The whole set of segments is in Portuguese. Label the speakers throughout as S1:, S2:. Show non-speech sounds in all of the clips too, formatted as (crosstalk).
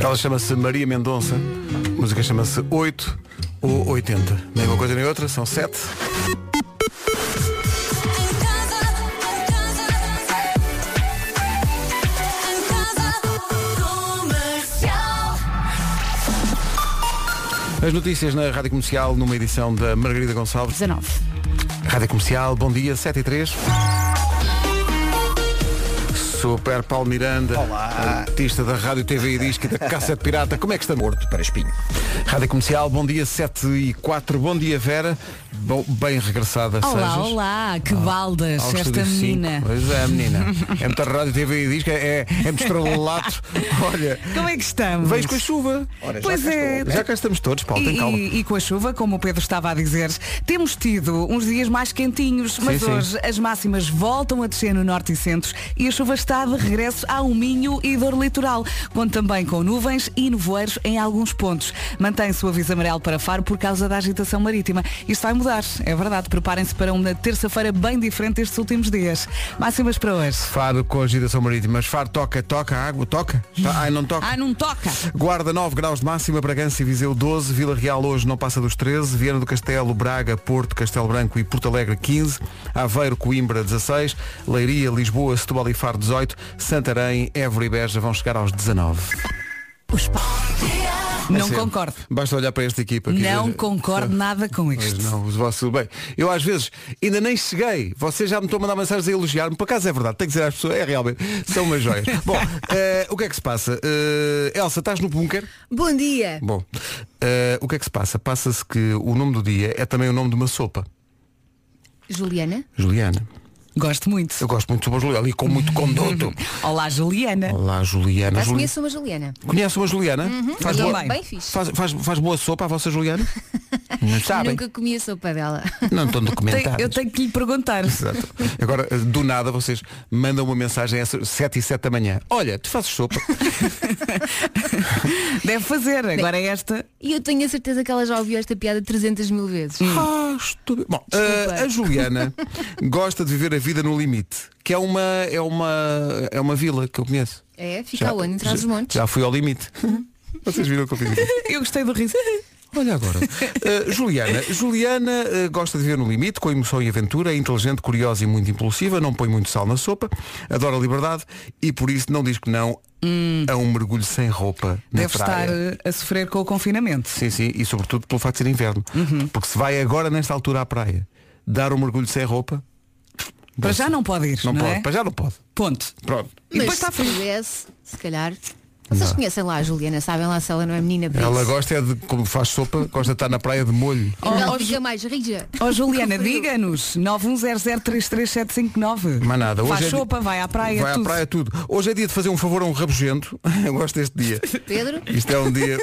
S1: Ela chama-se Maria Mendonça. A música chama-se 8 ou 80. Nem uma coisa nem outra, são 7. As notícias na Rádio Comercial numa edição da Margarida Gonçalves.
S2: 19.
S1: Rádio Comercial, bom dia, 7 e 3. Super Paulo Miranda, artista da Rádio TV e Disque da Caça de Pirata. Como é que está morto para espinho? Rádio Comercial, bom dia, 7 e 4. Bom dia, Vera. Bom- bem regressada,
S2: Olá,
S1: Sejas.
S2: olá,
S1: ah,
S2: que baldas
S1: Ao
S2: esta
S1: Estúdio cinco.
S2: menina.
S1: Pois é, menina. É muita rádio, TV e disco, é, é muito
S2: (laughs)
S1: estrelato. Olha,
S2: Como é que estamos?
S1: vejo com a chuva.
S2: Pois é.
S1: Já cá estamos todos, Paulo,
S2: E,
S1: tem calma.
S2: e- e com a chuva, como o Pedro estava a dizer, temos tido uns dias mais quentinhos, mas
S1: sim.
S2: hoje as máximas voltam a descer no norte e centro e a chuva está de regresso ao Minho e Douro Litoral, quando também com nuvens e nevoeiros em alguns pontos. Mantém-se o aviso amarelo para Faro por causa da agitação marítima. Isto vai mudar, é verdade. Preparem-se para uma terça-feira bem diferente destes últimos dias. Máximas para hoje.
S1: Faro com agitação marítima. Mas Faro toca, toca, água, toca. Tá- Ai, não toca.
S2: Ah, não toca!
S1: Guarda 9 graus de máxima, Bragança e Viseu 12, Vila Real hoje não passa dos 13, Viana do Castelo, Braga, Porto, Castelo Branco e Porto Alegre 15, Aveiro, Coimbra 16, Leiria, Lisboa, Setúbal e Faro 18, Santarém, Évora e Beja vão chegar aos É 19.
S2: Não
S1: Sério.
S2: concordo.
S1: Basta olhar para esta equipa. que
S2: Não
S1: já- (laughs)
S2: concordo nada com
S1: Pois
S2: isto.
S1: não, os vossos bem. Eu às vezes ainda nem cheguei. Vocês já me estão a mandar mensagens a elogiar-me. Por acaso é verdade, tenho que dizer às pessoas, é realmente, são umas
S2: (laughs)
S1: joias. Bom, eh, o que é que se passa? Eh, Elsa, estás no bunker?
S3: Bom dia.
S1: Bom, eh, o que é que se passa? Passa-se que o nome do dia é também o nome de uma sopa.
S3: Juliana?
S1: Juliana.
S2: Gosto muito.
S1: Eu gosto muito de sopa Juliana e com muito conduto.
S2: (laughs) Olá, Juliana.
S1: Olá, Juliana.
S3: Já
S1: Juli-
S3: conheço uma Juliana. é
S1: Conhece uma Juliana? Faz,
S2: Eu
S1: boa...
S2: também.
S3: Bem fixe.
S1: Faz, faz, faz boa sopa a vossa
S2: (laughs)
S1: Juliana? Não sabem?
S3: Nunca comi a sopa dela.
S1: Não estão
S2: Tenho-
S1: documentados.
S2: eu tenho que lhe
S1: (laughs)
S2: perguntar.
S1: Exato. Agora, do nada, vocês mandam uma mensagem às 7 e 7 da manhã. Olha, tu fazes
S2: (laughs)
S1: sopa.
S2: Deve fazer, agora é esta.
S3: E eu tenho a certeza que ela já ouviu esta piada 300 mil vezes.
S1: Ah, estúpido. Bom, ah, a Juliana gosta de viver a vida no limite, que é uma, é uma, é uma vila que eu conheço.
S3: É, fica ao ano, entre os
S1: já-
S3: montes.
S1: Já fui ao limite. (laughs) Vocês viram o que eu fiz aqui?
S2: Eu gostei do riso.
S1: Olha agora. Uh, Juliana. Juliana uh, gosta de viver no limite, com emoção e aventura, é inteligente, curiosa e muito impulsiva, não põe muito sal na sopa, adora a liberdade e por isso não diz que não a um mergulho sem roupa (laughs) na
S2: Hum. Deve estar
S1: praia.
S2: eh, a sofrer com o confinamento.
S1: Sim, sim, e sobretudo pelo facto de ser inverno.
S2: Uhum.
S1: Porque se vai agora nesta altura à praia dar um mergulho sem roupa.
S2: Para já não pode ir, não,
S1: Não pode,
S2: é?
S1: para já não pode.
S2: Ponto.
S1: Pronto.
S2: E depois
S3: Mas
S2: está
S3: se
S2: frio.
S3: pudesse, se calhar. Vocês conhecem lá a Juliana, sabem lá se ela não é menina para
S1: Ela
S3: isso.
S1: gosta é de, como faz sopa, gosta de estar na praia de molho.
S3: Ainda
S2: Oh,
S3: ela fica mais rija. (laughs)
S2: Ó Oh, Juliana,
S3: Com frio.
S2: diga-nos 910033759.
S1: Mais nada. Hoje
S2: Faz
S1: é di-
S2: sopa, vai à praia,
S1: Vai
S2: tudo.
S1: à praia tudo. Hoje é dia de fazer um favor a um rabugento. (laughs) Eu gosto deste dia.
S3: Pedro?
S1: Isto é um dia.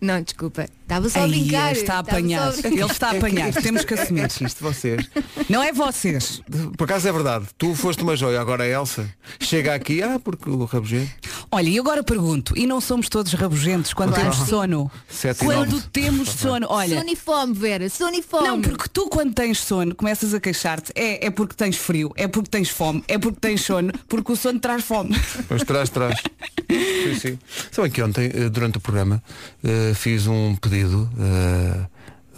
S3: Não, desculpa. Estava só a
S2: Ai,
S3: brincar.
S2: está a
S3: Estava só
S2: apanhar.
S3: brincar. (laughs)
S2: Ele
S1: É
S2: está a apanhar. Temos que assumir.
S1: (laughs) Isto vocês.
S2: Não é vocês.
S1: Por acaso é verdade. Tu foste uma joia, agora a Elsa. Chega aqui, ah, porque o rabugento.
S2: Olha, e agora pergunto, e não somos todos rabugentos quando
S3: Claro.
S2: temos sono?
S1: Sete e
S2: Quando
S1: nove.
S2: temos sono, olha.
S3: Sou uniforme, Vera, sou uniforme.
S2: Não, porque tu quando tens sono começas a queixar-te. É, é porque tens frio, é porque tens fome, é porque tens sono, porque o sono
S1: (laughs)
S2: traz fome.
S1: Mas traz, traz. Sim, sim. Sabem que ontem, eh, durante o programa, eh, fiz um pedido eh,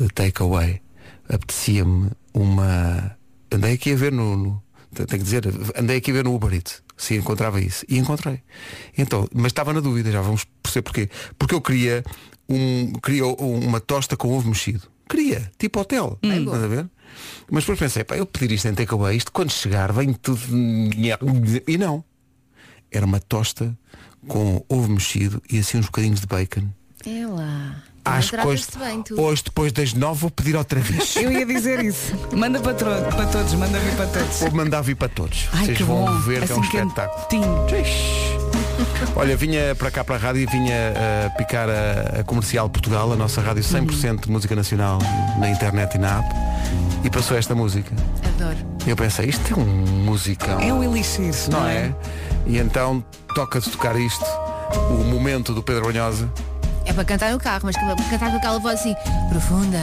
S1: de takeaway. Apetecia-me uma. Andei aqui a ver no. no... te- Tenho que dizer, andei aqui a ver no Uber Eats se encontrava isso. E encontrei. Então, mas estava na dúvida, já vamos perceber porquê. Porque eu queria, um, queria um- uma tosta com ovo mexido. Queria, tipo hotel. Estás a ver? Mas depois pensei, pá, eu pedir isto em takeaway, isto quando chegar vem tudo. E não era uma tosta com ovo mexido e assim uns bocadinhos de bacon.
S3: É lá.
S1: Às
S3: Não tratas-te
S1: costas-
S3: bem, tu.
S1: Hoje, depois das nove, vou pedir outra
S2: (laughs)
S1: vez.
S2: Eu ia dizer isso. Manda para, tro- para todos, manda vir para todos.
S1: vou mandar vir para todos.
S2: Ai,
S1: Vocês
S2: que
S1: vão
S2: bom.
S1: ver que é um
S2: Assim
S1: espetáculo.
S2: quentinho.
S1: Olha, vinha para cá para a rádio e vinha eh, picar a, a Comercial Portugal, a nossa
S2: Uhum.
S1: rádio 100% de música nacional na internet e na app. E passou esta música.
S3: Adoro.
S1: E eu pensei, isto é um musicão.
S2: É um elixir, não,
S1: não é? E então toca-te tocar isto, o momento do Pedro Banhosa.
S3: É para cantar no carro, mas para cantar com aquela voz assim profunda.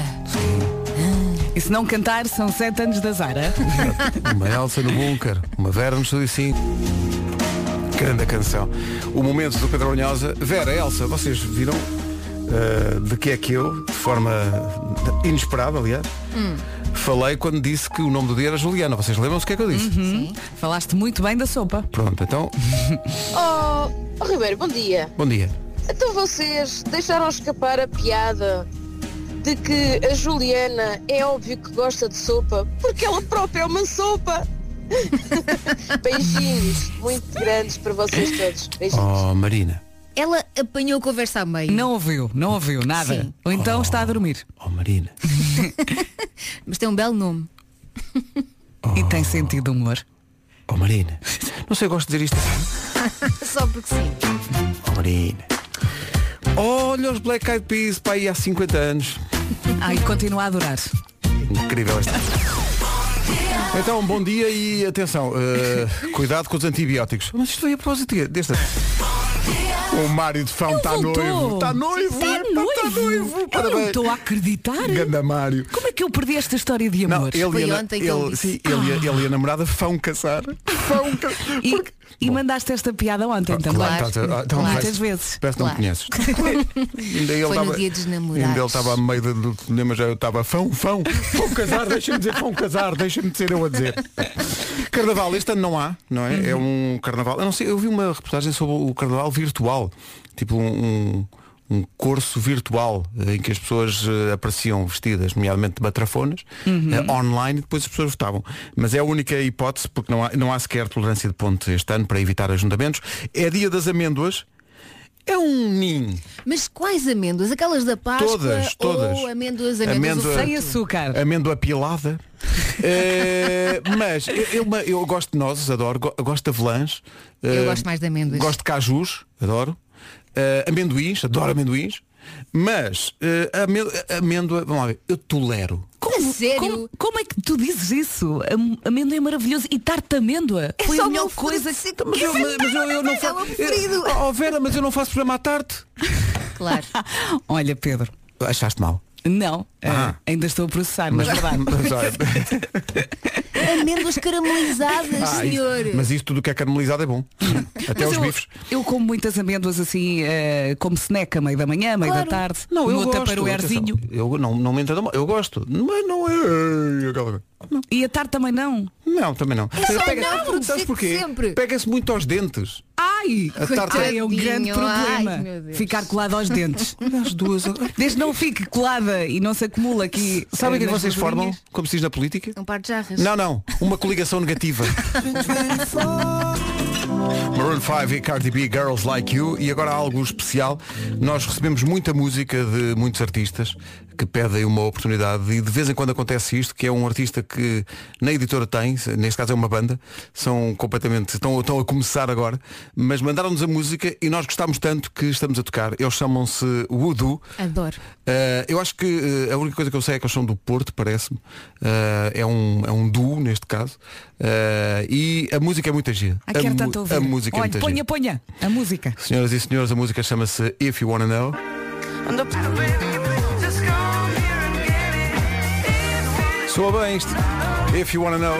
S2: E se não cantar, são
S1: (laughs)
S2: sete anos da Zara.
S1: Uma Elsa no bunker, uma Vera no estúdio 5. Grande canção. O momento do Pedro Brunhosa. Vera, Elsa, vocês viram eh, de que é que eu, de forma inesperada, aliás, falei quando disse que o nome do dia era Juliana. Vocês lembram-se o que é que eu disse?
S3: Sim.
S2: Falaste muito bem da sopa.
S1: Pronto, então,
S4: Oh, oh, Ribeiro, bom dia.
S1: bom dia.
S4: Então vocês deixaram escapar a piada de que a Juliana é óbvio que gosta de sopa, porque ela própria é uma sopa. (laughs) Beijinhos muito grandes para vocês todos. Beijinhos.
S1: Oh, Marina.
S3: Ela apanhou a conversa a meio.
S2: Não ouviu, não ouviu nada.
S3: Sim.
S2: Ou então está a dormir.
S1: Oh, Marina.
S3: Mas tem um belo nome.
S2: E tem sentido de humor.
S1: Oh, Marina. Não sei, eu gosto de dizer isto. assim.
S3: Só porque sim.
S1: Oh, Marina. Olha os Black Eyed Peas, pá, aí há 50 anos.
S2: Ai, continua a adorar.
S1: Incrível esta. Então, bom dia e atenção, eh, cuidado com os antibióticos. Mas isto veio a propósito de- desta. O Mário de Fão está
S2: voltou.
S1: Tá noivo. Está noivo,
S2: Está
S1: é, pá, tá
S2: noivo. Eu não
S1: Parabéns.
S2: estou a acreditar.
S1: Ganda Mário.
S2: Como é que eu perdi esta história de
S1: Não,
S2: amor?
S1: ele,
S3: Foi
S1: e a,
S3: ontem que ele
S1: ele,
S3: disse.
S1: sim, ele, e a- ele e a namorada vão casar. Vão casar.
S2: E, e mandaste esta piada ontem também.
S1: Claro, estás a- ah, então
S3: Claro.
S1: parece-
S2: Muitas vezes.
S1: Parece que não me
S3: Claro.
S1: conheces. ainda ele
S3: Foi no
S1: tava-
S3: dia dos namorados.
S1: Ainda ele estava a meio do- do cinema, já eu estava fão, fão, fão casar, deixa-me dizer fão casar, deixa-me dizer eu a dizer. Carnaval, este ano não há, não é? É um carnaval. Eu não sei, eu vi uma reportagem sobre o carnaval virtual, tipo um. um um curso virtual eh, em que as pessoas eh, apareciam vestidas, nomeadamente de batrafonas, eh, online, e depois as pessoas votavam. Mas é a única hipótese, porque não há, não há sequer tolerância de ponto este ano para evitar ajuntamentos. É dia das amêndoas, é um ninho.
S3: Mas quais amêndoas? Aquelas da Páscoa?
S1: Todas, todas.
S3: Ou amêndoas, amêndoas,
S1: Amêndoa-
S3: o
S2: Sem
S3: fruto?
S2: açúcar.
S1: Amêndoa pilada. Eh, mas eu, eu- eu gosto de nozes, adoro. Go- Gosto de avelãs.
S3: Eu
S1: Eh,
S3: gosto mais de amêndoas.
S1: Gosto de cajus, adoro. Eh, amendoins, adoro amendoins. Mas eh, amê- amêndoa, vamos lá ver, eu tolero.
S3: A sério?
S2: Como, como é que tu dizes isso? Am- Amêndoa é maravilhoso e tarte de amêndoa? Foi
S3: É só
S2: a
S3: o
S2: melhor
S3: meu fruto
S2: coisa.
S3: seco.
S1: Mas eu, Eh, mas- mas eu- eu
S3: (laughs)
S1: não
S3: É o
S1: faço.
S3: meu preferido.
S1: Eu- Oh Vera, mas eu não faço programa à tarde.
S3: Claro.
S2: Ah, Olha, Pedro,
S1: Achaste mal.
S2: não,
S1: Ah.
S2: eh, ainda estou a processar, mas, verdade.
S1: (laughs) mas olha,
S3: Amêndoas caramelizadas,
S1: ah, isso-
S3: senhor.
S1: mas isso tudo o que é caramelizado é bom. Até
S2: Mas
S1: os
S2: eu,
S1: bifes.
S2: eu como muitas amêndoas assim, eh, como snack a meio da manhã, meio
S3: Claro.
S2: da tarde,
S1: Não, eu
S2: no
S1: gosto.
S2: taparoeirzinho.
S1: atenção. Eu não, não me entendo mal. Eu gosto. Mas não é. aquela coisa. Não,
S2: E a tarde também não.
S1: não, também não.
S3: É só
S1: Pega-
S3: não, porque
S1: sabes
S3: sei
S1: porquê?
S3: sempre.
S1: Pega-se muito aos dentes.
S2: Ai,
S1: A tarde-
S2: ai, é um grande
S3: Tadinho,
S2: problema.
S3: ai, meu Deus.
S2: Ficar colado aos dentes.
S1: Olha as duas.
S2: Desde não fique colada e não se acumula aqui.
S1: Sabem o que é
S2: eh,
S1: que
S2: nas
S1: vocês formam?
S2: gordurinhas.
S1: Como se diz na política?
S3: Um par de jarras.
S1: Não, não. Uma coligação (laughs) negativa. Maroon 5 e Cardi B, Girls Like You. E agora há algo especial. Nós recebemos muita música de muitos artistas que pedem uma oportunidade e de vez em quando acontece isto, que é um artista que na editora tem, neste caso é uma banda, são completamente, estão, estão a começar agora, mas mandaram-nos a música e nós gostámos tanto que estamos a tocar. Eles chamam-se Voodoo.
S3: Adoro.
S1: Uh, eu acho que uh, a única coisa que eu sei é que eles são do Porto, parece-me. Uh, é um, é um duo, neste caso. Uh, e a música é muito gira.
S2: Ai,
S1: a,
S2: Ah, quero
S1: mu-
S2: tanto ouvir.
S1: a música é
S2: Olha,
S1: muito
S2: ponha,
S1: gira.
S2: ponha. A música.
S1: Senhoras e senhores, a música chama-se If You Wanna Know. Soa bem isto. If You Wanna Know.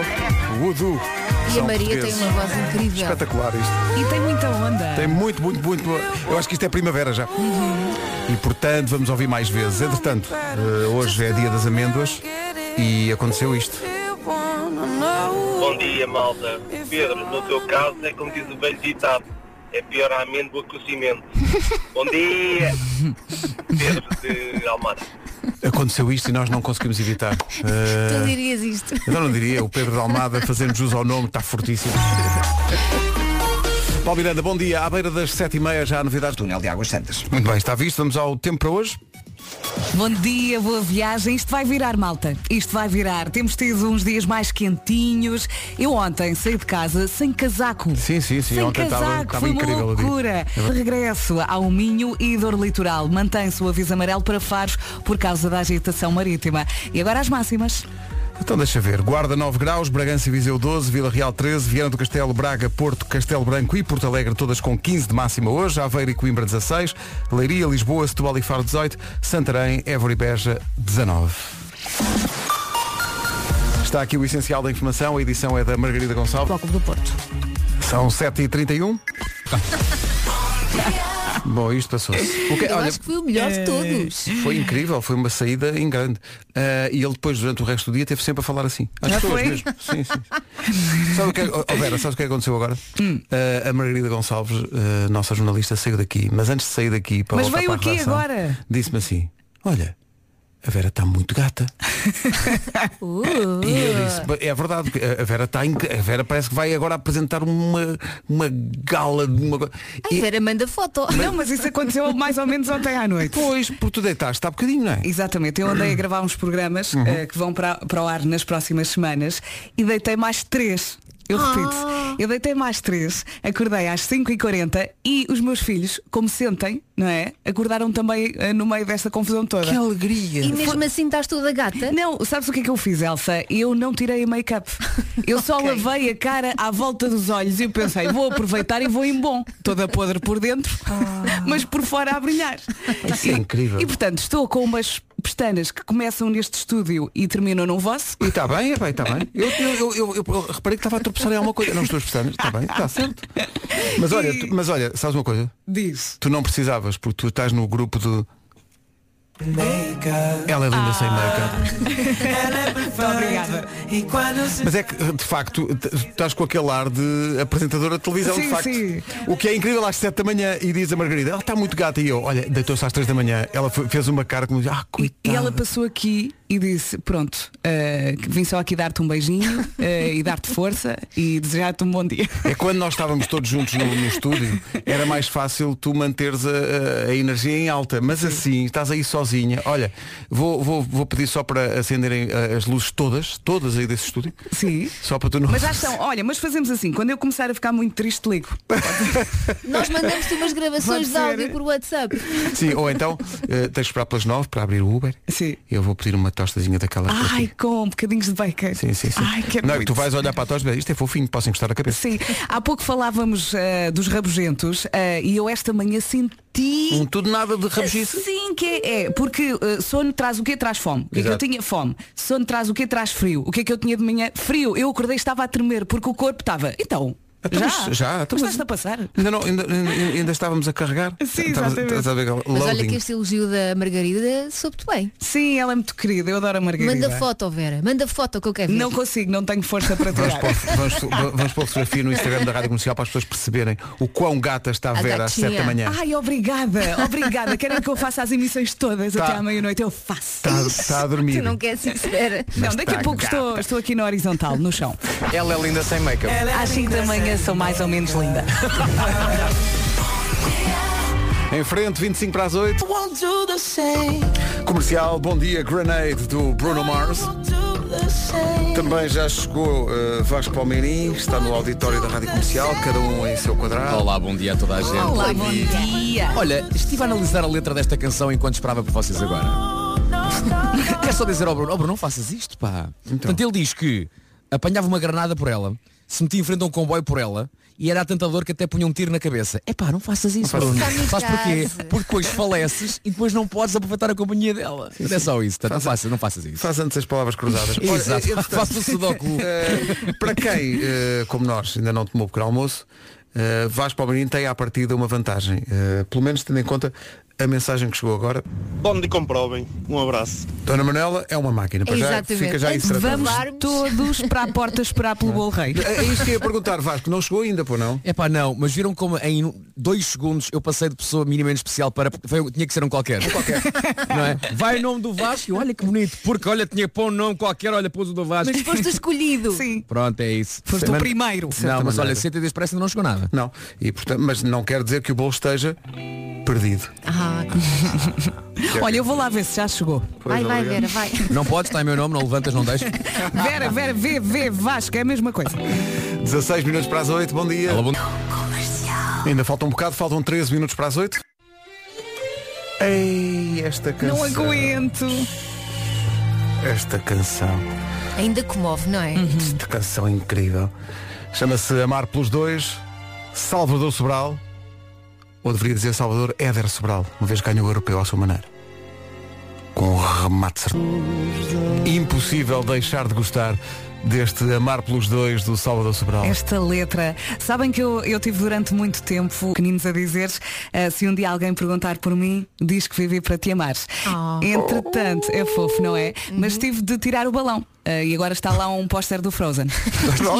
S1: Voodoo.
S3: E a
S1: São
S3: Maria tem
S1: portugueses.
S3: uma voz incrível.
S1: Espetacular isto.
S2: E tem muita onda.
S1: Tem muito, muito, muito. Eu acho que isto é primavera já. E portanto vamos ouvir mais vezes. Entretanto, eh, hoje é dia das amêndoas e aconteceu isto.
S5: Bom dia, malta. Pedro, no teu caso é como diz o velho ditado. É pior a amêndoa que o cimento. Bom dia! Pedro de Almada.
S1: Aconteceu isto e nós não conseguimos
S2: (laughs)
S1: evitar.
S3: Tu
S1: Eh,
S3: dirias isto.
S1: então não diria, o Pedro de (laughs) Almada fazendo jus ao nome, está fortíssimo. Paulo Miranda, bom dia. À beira das sete e meia já há novidades do túnel de Águas Santas. Muito bem, está visto. Vamos ao tempo para hoje.
S2: Bom dia, boa viagem. Isto vai virar, malta. Isto vai virar. Temos tido uns dias mais quentinhos. Eu ontem saí de casa sem casaco.
S1: Sim, sim, sim.
S2: Sem
S1: Ontem estava-
S2: casaco,
S1: estava
S2: foi uma
S1: incrível É o dia.
S2: loucura. Regresso ao Minho e Dor Litoral. Mantém-se o aviso amarelo para Faros por causa da agitação marítima. E agora as máximas.
S1: Então deixa ver. Guarda 9 graus, Bragança e Viseu 12, Vila Real 13, Viana do Castelo, Braga, Porto, Castelo Branco e Porto Alegre, todas com 15 de máxima hoje, Aveiro e Coimbra 16, Leiria, Lisboa, Setúbal e Faro 18, Santarém, Évora e Beja 19. Está aqui o essencial da informação, a edição é da Margarida Gonçalves.
S3: Bloco do Porto. (laughs)
S1: São 7h31. Bom, isto passou-se. O que- é,
S3: Eu acho que foi o melhor de todos.
S1: Foi incrível, foi uma saída em grande. Ah, e ele depois, durante o resto do dia, teve sempre a falar assim. Às
S2: Ah,
S1: pessoas
S2: foi?
S1: mesmo. Sim, sim. sabe o que, oh, oh, Vera, sabes o que aconteceu agora?
S2: Hum.
S1: Ah, a Margarida Gonçalves, ah, nossa jornalista, saiu daqui, mas antes de sair daqui para
S2: Mas
S1: voltar
S2: veio
S1: para a
S2: aqui
S1: redação,
S2: agora.
S1: Disse-me assim, olha, a Vera está muito
S2: (laughs)
S1: gata.
S2: Uh.
S1: E eu disse, "Bem, é verdade, porque a a Vera está inc- A Vera parece que vai agora apresentar uma, uma gala de uma coisa.
S3: A Vera manda foto.
S2: Não, mas isso aconteceu mais ou menos ontem à noite.
S1: Pois, porque tu deitaste há bocadinho, não é?
S2: Exatamente, eu andei a gravar uns programas eh, que vão para, para o ar nas próximas semanas e deitei mais três. Eu repito, eu deitei mais três, acordei às 5h40 e os meus filhos, como sentem, não é? Acordaram também eh, no meio desta confusão toda.
S1: Que alegria!
S3: E mesmo assim estás toda gata.
S2: Não, sabes o que é que eu fiz, Elsa? Eu não tirei a make-up. Eu só lavei a cara à volta dos olhos e eu pensei, vou aproveitar e vou em bom. Toda podre por dentro, (laughs) mas por fora a brilhar.
S1: Isso é incrível.
S2: E portanto, estou com umas pestanas que começam neste estúdio e terminam no vosso.
S1: E está bem, é bem, está bem. Eu, eu, eu, eu- eu reparei que estava a tropeçar em alguma coisa. Não estou expressando, está bem, está certo. Mas olha, tu- mas olha, sabes uma coisa?
S2: Diz.
S1: Tu não precisavas, porque tu estás no grupo de. Ela é linda sem
S2: Ah.
S1: make-up.
S2: Muito
S1: Ah, é
S2: obrigada.
S1: Mas é que, de facto, t- estás com aquele ar de apresentadora de televisão, de
S2: Sim,
S1: facto.
S2: sim.
S1: O que é incrível às 7 da manhã e diz a Margarida, ela está muito gata e eu, olha, deitou-se às 3 da manhã, ela fe- fez uma cara como diz, ah,
S2: E, e
S1: coitada.
S2: ela passou aqui e disse, pronto, eh, vim só aqui dar-te um beijinho eh, e dar-te força e desejar-te um bom dia.
S1: É quando nós estávamos todos juntos no, no estúdio, era mais fácil tu manteres a, a- a energia em alta. Mas assim, estás aí sozinha. Olha, vou, vou, vou pedir só para acenderem ah, as luzes todas, todas aí desse estúdio.
S2: Sim.
S1: Só para tu não.
S2: Mas já estão, olha, mas fazemos assim, quando eu começar a ficar muito triste, ligo.
S3: Nós mandamos-te umas
S2: Pode
S3: gravações de
S2: ser.
S3: áudio por WhatsApp.
S1: (laughs) Sim, ou então ah, tens de esperar pelas nove para abrir o Uber.
S2: Sim.
S1: Eu vou pedir uma tostazinha daquelas. por
S2: Assim. Ai,
S1: aqui.
S2: com bocadinhos de bacon.
S1: Sim, sim, sim.
S2: Ai, quero
S1: não, é que
S2: muito.
S1: tu vais olhar para a tosta e dizer, isto é fofinho, posso encostar a cabeça.
S2: Sim, há pouco falávamos eh, dos rabugentos eh, e eu esta manhã senti
S1: Um tudo nada de rabugice.
S2: Sim que é, é, porque eh, sono traz o quê? Traz fome. O que é que eu
S1: Exato.
S2: tinha? Fome. Sono traz o quê? Traz frio. O que é que eu tinha de manhã? Frio. Eu acordei e estava a tremer porque o corpo estava. Então,
S1: Então,
S2: já,
S1: mas- já, então,
S2: mas
S1: mas-
S2: estás a passar.
S1: Ainda, não, ainda, ainda- ainda estávamos a carregar.
S2: Sim,
S1: Estavas-
S2: exatamente.
S1: estás a ver,
S3: Mas olha
S1: loading.
S3: que este elogio da Margarida soube-te bem.
S2: Sim, ela é muito querida, eu adoro a Margarida.
S3: Manda foto, Vera. Manda foto que eu quero ver.
S2: Não consigo, não tenho força para
S1: Vamos
S2: tirar.
S1: pôr, vamos, vamos pôr fotografia no Instagram da Rádio Comercial para as pessoas perceberem o quão gata está a
S3: A
S1: Vera às
S3: gatinha.
S1: 7 da manhã.
S2: Ai, obrigada, obrigada. Querem que eu faça as emissões todas
S1: Tá.
S2: até à meia-noite? Eu faço.
S1: Está, Ah, está a dormir.
S3: Tu não assim queres sincera.
S2: Não, daqui a
S1: tá
S2: pouco estou, estou aqui na horizontal, no chão.
S1: Ela é linda sem make-up.
S2: Às 5 da manhã sou mais ou menos linda.
S1: Em frente, 25 para as 8. Comercial, bom dia, Grenade do Bruno Mars. Também já chegou eh, Vasco Palmeirim, está no auditório da Rádio Comercial, cada um em seu quadrado.
S6: Olá, bom dia a toda a gente.
S3: Olá, bom dia.
S6: Olha, estive a analisar a letra desta canção enquanto esperava por vocês
S3: (laughs)
S6: agora. Quero só dizer ao Bruno, oh Bruno, não faças isto, pá.
S1: Então.
S6: Portanto, ele diz que apanhava uma granada por ela, se metia em frente a um comboio por ela e era tentador que até punha um tiro na cabeça. É pá, não faças isso, Bruno.
S3: isso.
S6: Faz porquê?
S3: Kamikaze.
S6: Porque depois faleces e depois não podes aproveitar a companhia dela. É só isso, portanto, não, faças, não faças isso.
S1: Faz antes as palavras cruzadas. Olha,
S6: Exato,
S1: entretanto,
S6: faça o sudoku.
S1: eh, para quem, eh, como nós, ainda não tomou pequeno almoço, eh, Vasco Palmeirim tem à partida uma vantagem. Eh, pelo menos tendo em conta a mensagem que chegou agora.
S5: Onde comprovem. Um abraço.
S1: Dona Manuela é uma máquina. Para já,
S3: Exatamente.
S1: fica já aí
S3: Antes de
S1: tratado.
S3: vamos-
S2: todos para a porta esperar pelo bolo rei.
S1: É é isto que eu ia perguntar, Vasco. Não chegou ainda, pô, não?
S6: É pá, não, mas viram como em um, dois segundos eu passei de pessoa minimamente especial para. foi- tinha que ser um qualquer. qualquer. (laughs) Não é? Vai o nome do Vasco e olha que bonito, porque olha, tinha que pôr um nome qualquer, olha, pôs o do Vasco.
S3: Mas foste escolhido.
S2: Sim.
S6: (laughs) Pronto, é isso.
S2: Foste o
S6: Semana-
S2: primeiro.
S6: Não, mas olha,
S1: maneira.
S6: 110 parece que não chegou nada.
S1: Não. E, portanto, mas não quer dizer que o bolo esteja perdido.
S3: Ah,
S2: Olha, eu vou lá ver se já chegou.
S3: vai, vai, Vera, vai.
S6: Não podes, está em meu nome, não levantas, não deixas.
S2: Vera, Vera, vê, vê, Vasco, é a mesma coisa.
S1: 16 minutos para as 8. Bom dia.
S6: Ela bom-
S1: Ainda falta um bocado. Faltam 13 minutos para as 8. Ei, esta canção.
S2: Não aguento.
S1: Esta canção.
S3: Ainda comove, não é?
S1: Esta canção é incrível. Chama-se Amar pelos Dois, Salvador Sobral, ou deveria dizer Salvador Éder Sobral, uma vez que ganhou o europeu à sua maneira. com um remate certo. Impossível deixar de gostar deste Amar pelos Dois do Salvador Sobral.
S2: Esta letra. Sabem que eu, eu tive durante muito tempo pequeninos a dizer eh, se um dia alguém perguntar por mim, diz que vivi para te amar.
S3: Ah.
S2: Entretanto, é fofo, não é? Mas tive de tirar o balão. Eh, e agora está lá um póster do Frozen.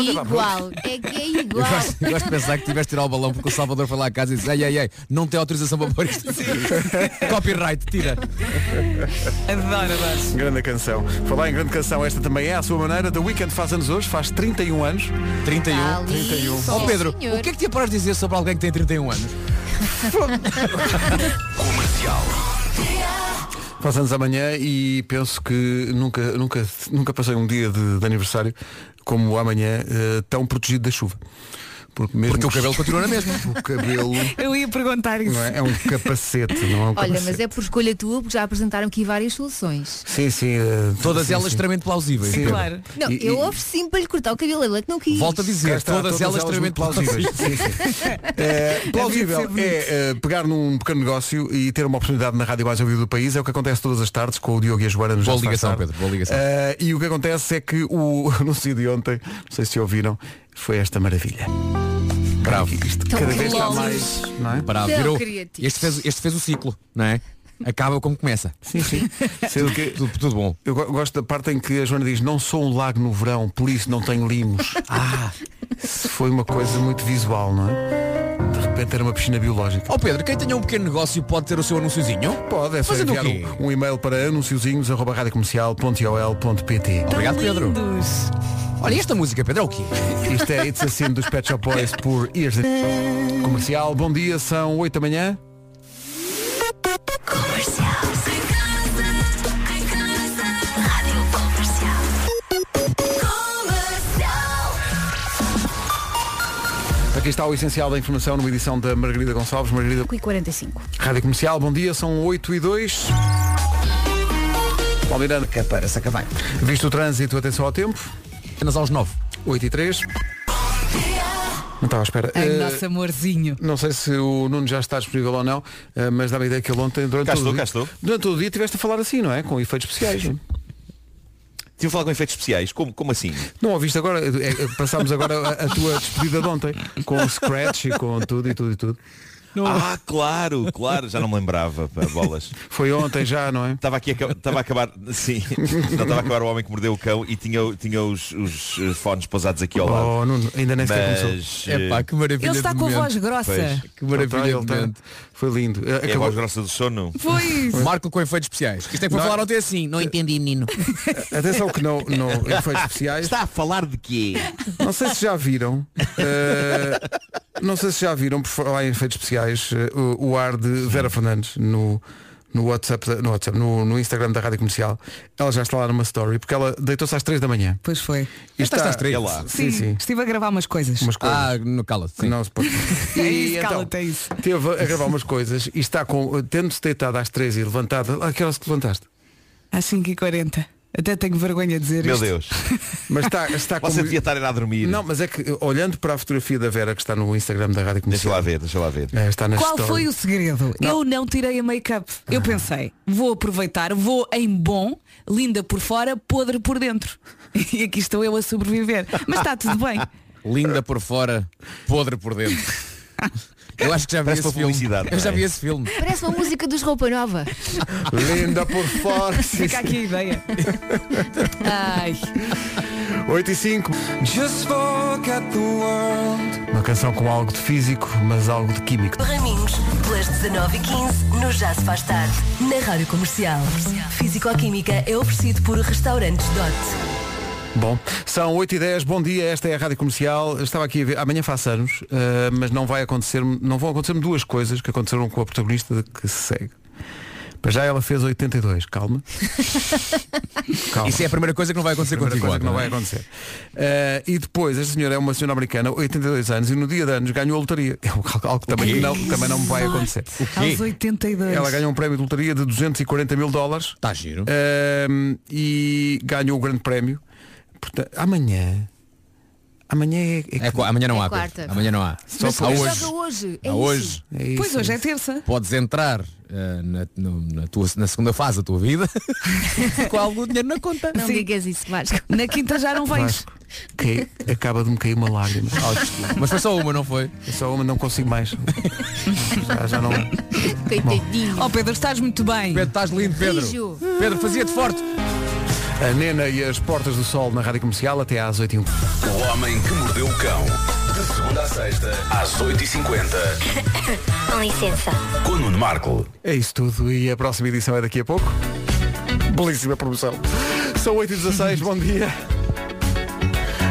S3: igual, é que é
S6: Eu
S3: igual.
S6: gosto, eu gosto de pensar que tiveste de tirar o balão porque o Salvador foi lá a casa e disse, ei, ei, ei, não tem autorização para pôr isto. (laughs) Copyright, tira.
S2: Adoro, adoro.
S1: Grande canção. Falar em grande canção, esta também é à sua maneira. The Weekend faz anos hoje, faz 31 anos.
S6: 31.
S3: Ali, 31. sim,
S6: Ó Pedro,
S3: senhor.
S6: o que é que te apraz dizer sobre alguém que tem 31 anos?
S1: Faz anos amanhã e penso que nunca, nunca, nunca passei um dia de, de aniversário como amanhã, eh, tão protegido da chuva. Porque, mesmo
S6: Porque o cabelo continua na mesma.
S1: (laughs) O cabelo
S2: Eu ia perguntar isso.
S1: não é, é um capacete, não é um
S3: Olha,
S1: capacete.
S3: mas é por escolha tua, porque já apresentaram aqui várias soluções.
S1: Sim, sim. eh,
S6: Todas
S1: sim,
S6: elas
S1: sim.
S6: extremamente plausíveis.
S1: Sim.
S6: Pedro.
S2: Claro.
S3: Não,
S1: E-
S3: eu
S1: e-
S3: ofereci-me para lhe cortar o cabelo, ele é que não quis.
S6: Volto a
S1: Cá
S6: dizer,
S1: está,
S6: todas, elas extremamente
S1: muito
S6: plausíveis.
S1: Sim,
S6: (laughs)
S1: sim. É, plausível é eh, pegar num pequeno negócio e ter uma oportunidade na rádio mais ouvida do país. É o que acontece todas as tardes com o Diogo e a Joana nos
S6: Boa
S1: Já se faz
S6: ligação,
S1: tarde.
S6: Pedro, boa ligação.
S1: Eh, e o que acontece é que o (laughs) anúncio de ontem, não sei se ouviram, foi esta maravilha.
S6: Bravo.
S1: Isto
S3: Tão
S1: cada vez está
S3: criativo.
S1: mais. Não é?
S6: Bravo.
S3: Tão
S6: Virou.
S3: criativo.
S6: Este fez, este fez o ciclo, não é? Acaba como começa.
S1: Sim,
S6: (laughs)
S1: sim. Sendo que
S6: Tudo, tudo bom.
S1: eu go- gosto da parte em que a Joana diz, não sou um lago no verão, por isso não tenho limos. Ah, isso foi uma coisa muito visual, não é? De repente era uma piscina biológica.
S6: Ó Pedro, quem tenha um pequeno negócio pode ter o seu anúnciozinho?
S1: Pode, é só
S6: Fazendo
S1: enviar
S6: o quê?
S1: um, um e-mail para anunciozinhos.comercial.ol.pt
S6: Obrigado,
S2: Tão
S6: Pedro.
S2: lindos.
S6: Olha, esta música, Pedro, é o quê?
S1: Isto é It's a Sin dos Pet Shop Boys por Ears. Comercial, bom dia, são 8 da manhã. Aqui está o essencial da informação numa edição da Margarida Gonçalves. Margarida,
S3: 5 e 45.
S1: Rádio Comercial, bom dia, são 8 e 2. Paulo Miranda, é
S6: Capara, sacavai.
S1: visto o trânsito, atenção ao tempo.
S6: Apenas aos nove.
S1: 8 e 3. Não estava à espera.
S2: Ai,
S1: Eh,
S2: nosso amorzinho.
S1: Não sei se o Nuno já está disponível ou não, eh, mas dá-me a ideia que ele ontem, durante,
S7: Cá
S1: todo,
S7: estou,
S1: o dia,
S7: cá estou.
S1: durante todo o dia, tiveste a falar assim, não é? Com efeitos especiais. não?
S7: Tive a falar com efeitos especiais. Como, como assim?
S1: Não ouviste agora? É, é, passámos agora a, a tua despedida de ontem, com o scratch e com tudo e tudo e tudo.
S7: Ah, claro, claro. Já não me lembrava, pá, bolas.
S1: Foi ontem já, não é?
S7: Estava aqui a, ca- estava a acabar. Sim. Não estava a acabar o homem que mordeu o cão e tinha, o- tinha os, os eh, fones pousados aqui ao lado.
S1: Oh, Nuno, ainda nem sequer começou.
S7: Mas. eh,
S6: que maravilha.
S2: Ele está
S6: é de
S2: com a
S6: momento.
S2: voz grossa.
S7: Pois.
S6: Que
S1: Tá,
S6: maravilha.
S1: ele
S6: de
S1: tá.
S6: momento.
S1: Foi lindo. Eh,
S7: É a voz
S1: Acabou,
S7: grossa do sono?
S2: Pois.
S6: Marco com efeitos especiais. Isto é que foi
S1: Não-
S6: falar ontem assim. Não entendi, menino.
S1: atenção que não,
S7: (laughs)
S1: não efeitos especiais.
S7: a falar de quê?
S1: Não sei se já viram. eh, não sei se já viram, por falar em efeitos especiais, eh, o, o ar de Vera Fernandes no, no WhatsApp, da- no, WhatsApp no, no Instagram da Rádio Comercial. Ela já está lá numa story, porque ela deitou-se às 3 da manhã.
S2: Pois foi.
S1: E
S6: Esta está às três?
S7: É lá.
S1: Sim,
S2: Sim,
S1: sim.
S2: estive a gravar umas coisas.
S1: Umas coisas.
S6: Ah, no cala-te. sim.
S1: Não se pode. E
S2: É isso, cala-te, é isso.
S1: Teve a gravar umas coisas e está com. Tendo-se deitado às 3 e levantado. Aquelas que levantaste.
S2: Às 5h40. Até tenho vergonha de dizer
S7: Meu
S2: isto.
S7: Deus.
S1: Mas está, está com.
S7: Você devia estar a dormir.
S1: Não, mas é que olhando para a fotografia da Vera que está no Instagram da Rádio
S7: Deixa lá
S1: Comercial.
S7: ver, deixa lá ver.
S1: eh, está na
S2: Qual
S1: story.
S2: foi o segredo? Eu não tirei a make-up. Eu pensei, vou aproveitar, vou em bom, linda por fora, podre por dentro. (laughs) E aqui estou eu a sobreviver. Mas está tudo bem.
S6: Linda por fora, podre por dentro.
S1: (laughs)
S6: Eu acho que já vi
S7: Parece
S6: esse
S7: uma
S6: filme.
S7: publicidade,
S6: Eu já
S7: não é?
S6: vi esse filme.
S3: Parece uma música dos Roupa Nova.
S1: Linda por fora.
S2: Fica aqui a ideia. Ai,
S1: 8 e 5. Uma canção com algo de físico, mas algo de químico.
S8: Raminhos, pelas 19h15, no Já Se Faz Tarde, na Rádio Comercial. Físico-Química é oferecido por Restaurantes Dot.
S1: Bom, são 8 e 10, bom dia, esta é a Rádio Comercial. Eu Estava aqui a ver, amanhã faço anos, eh, mas não vai acontecer, não vão acontecer-me duas coisas que aconteceram com a protagonista que se segue. Para já ela fez 82,
S6: (laughs)
S1: calma. calma.
S6: Isso é a primeira coisa que não vai acontecer
S1: Primeira
S6: contigo.
S1: coisa que não vai
S6: agora.
S1: acontecer. Eh, e depois, esta senhora é uma senhora americana, 82 anos, e no dia de anos ganhou a lotaria. É algo algo que também não, também não me vai acontecer.
S2: aos 82.
S1: Ela ganhou um prémio de lotaria de 240 mil dólares
S6: Está Tá giro.
S1: Ahm, e ganhou o grande prémio. Portanto, amanhã. Amanhã é. é que-
S6: É qua- amanhã não
S3: É
S6: há. Pedro.
S3: quarta.
S6: Amanhã não há.
S1: Só
S6: há
S1: por-
S3: Mas
S6: hoje.
S3: Joga hoje. É
S6: Há
S3: isso.
S6: hoje.
S1: é isso.
S2: Pois hoje é terça.
S6: Podes entrar eh, na, no- na tua, na segunda fase da tua
S3: (laughs)
S6: vida com algum dinheiro na conta.
S3: Não
S2: Sim.
S3: digas isso, Vasco. (laughs)
S2: Na quinta já não vais.
S1: Vasco, que acaba de me cair uma lágrima.
S6: Oh, desculpa. (laughs) Mas foi só uma, não foi?
S1: É só uma, não consigo mais. Já, já não.
S3: Coitadinho.
S2: Oh Pedro, estás muito bem.
S6: Pedro, estás lindo, Pedro.
S3: Rijo.
S6: Pedro, fazia-te forte.
S1: A Nena e as Portas do Sol na Rádio Comercial até às um 8 h
S9: O homem que mordeu o cão. De segunda a sexta, às 8h50.
S10: Com licença.
S9: Com Nuno Marco.
S1: É isso tudo e a próxima edição é daqui a pouco. Belíssima promoção. São 8h16, bom dia.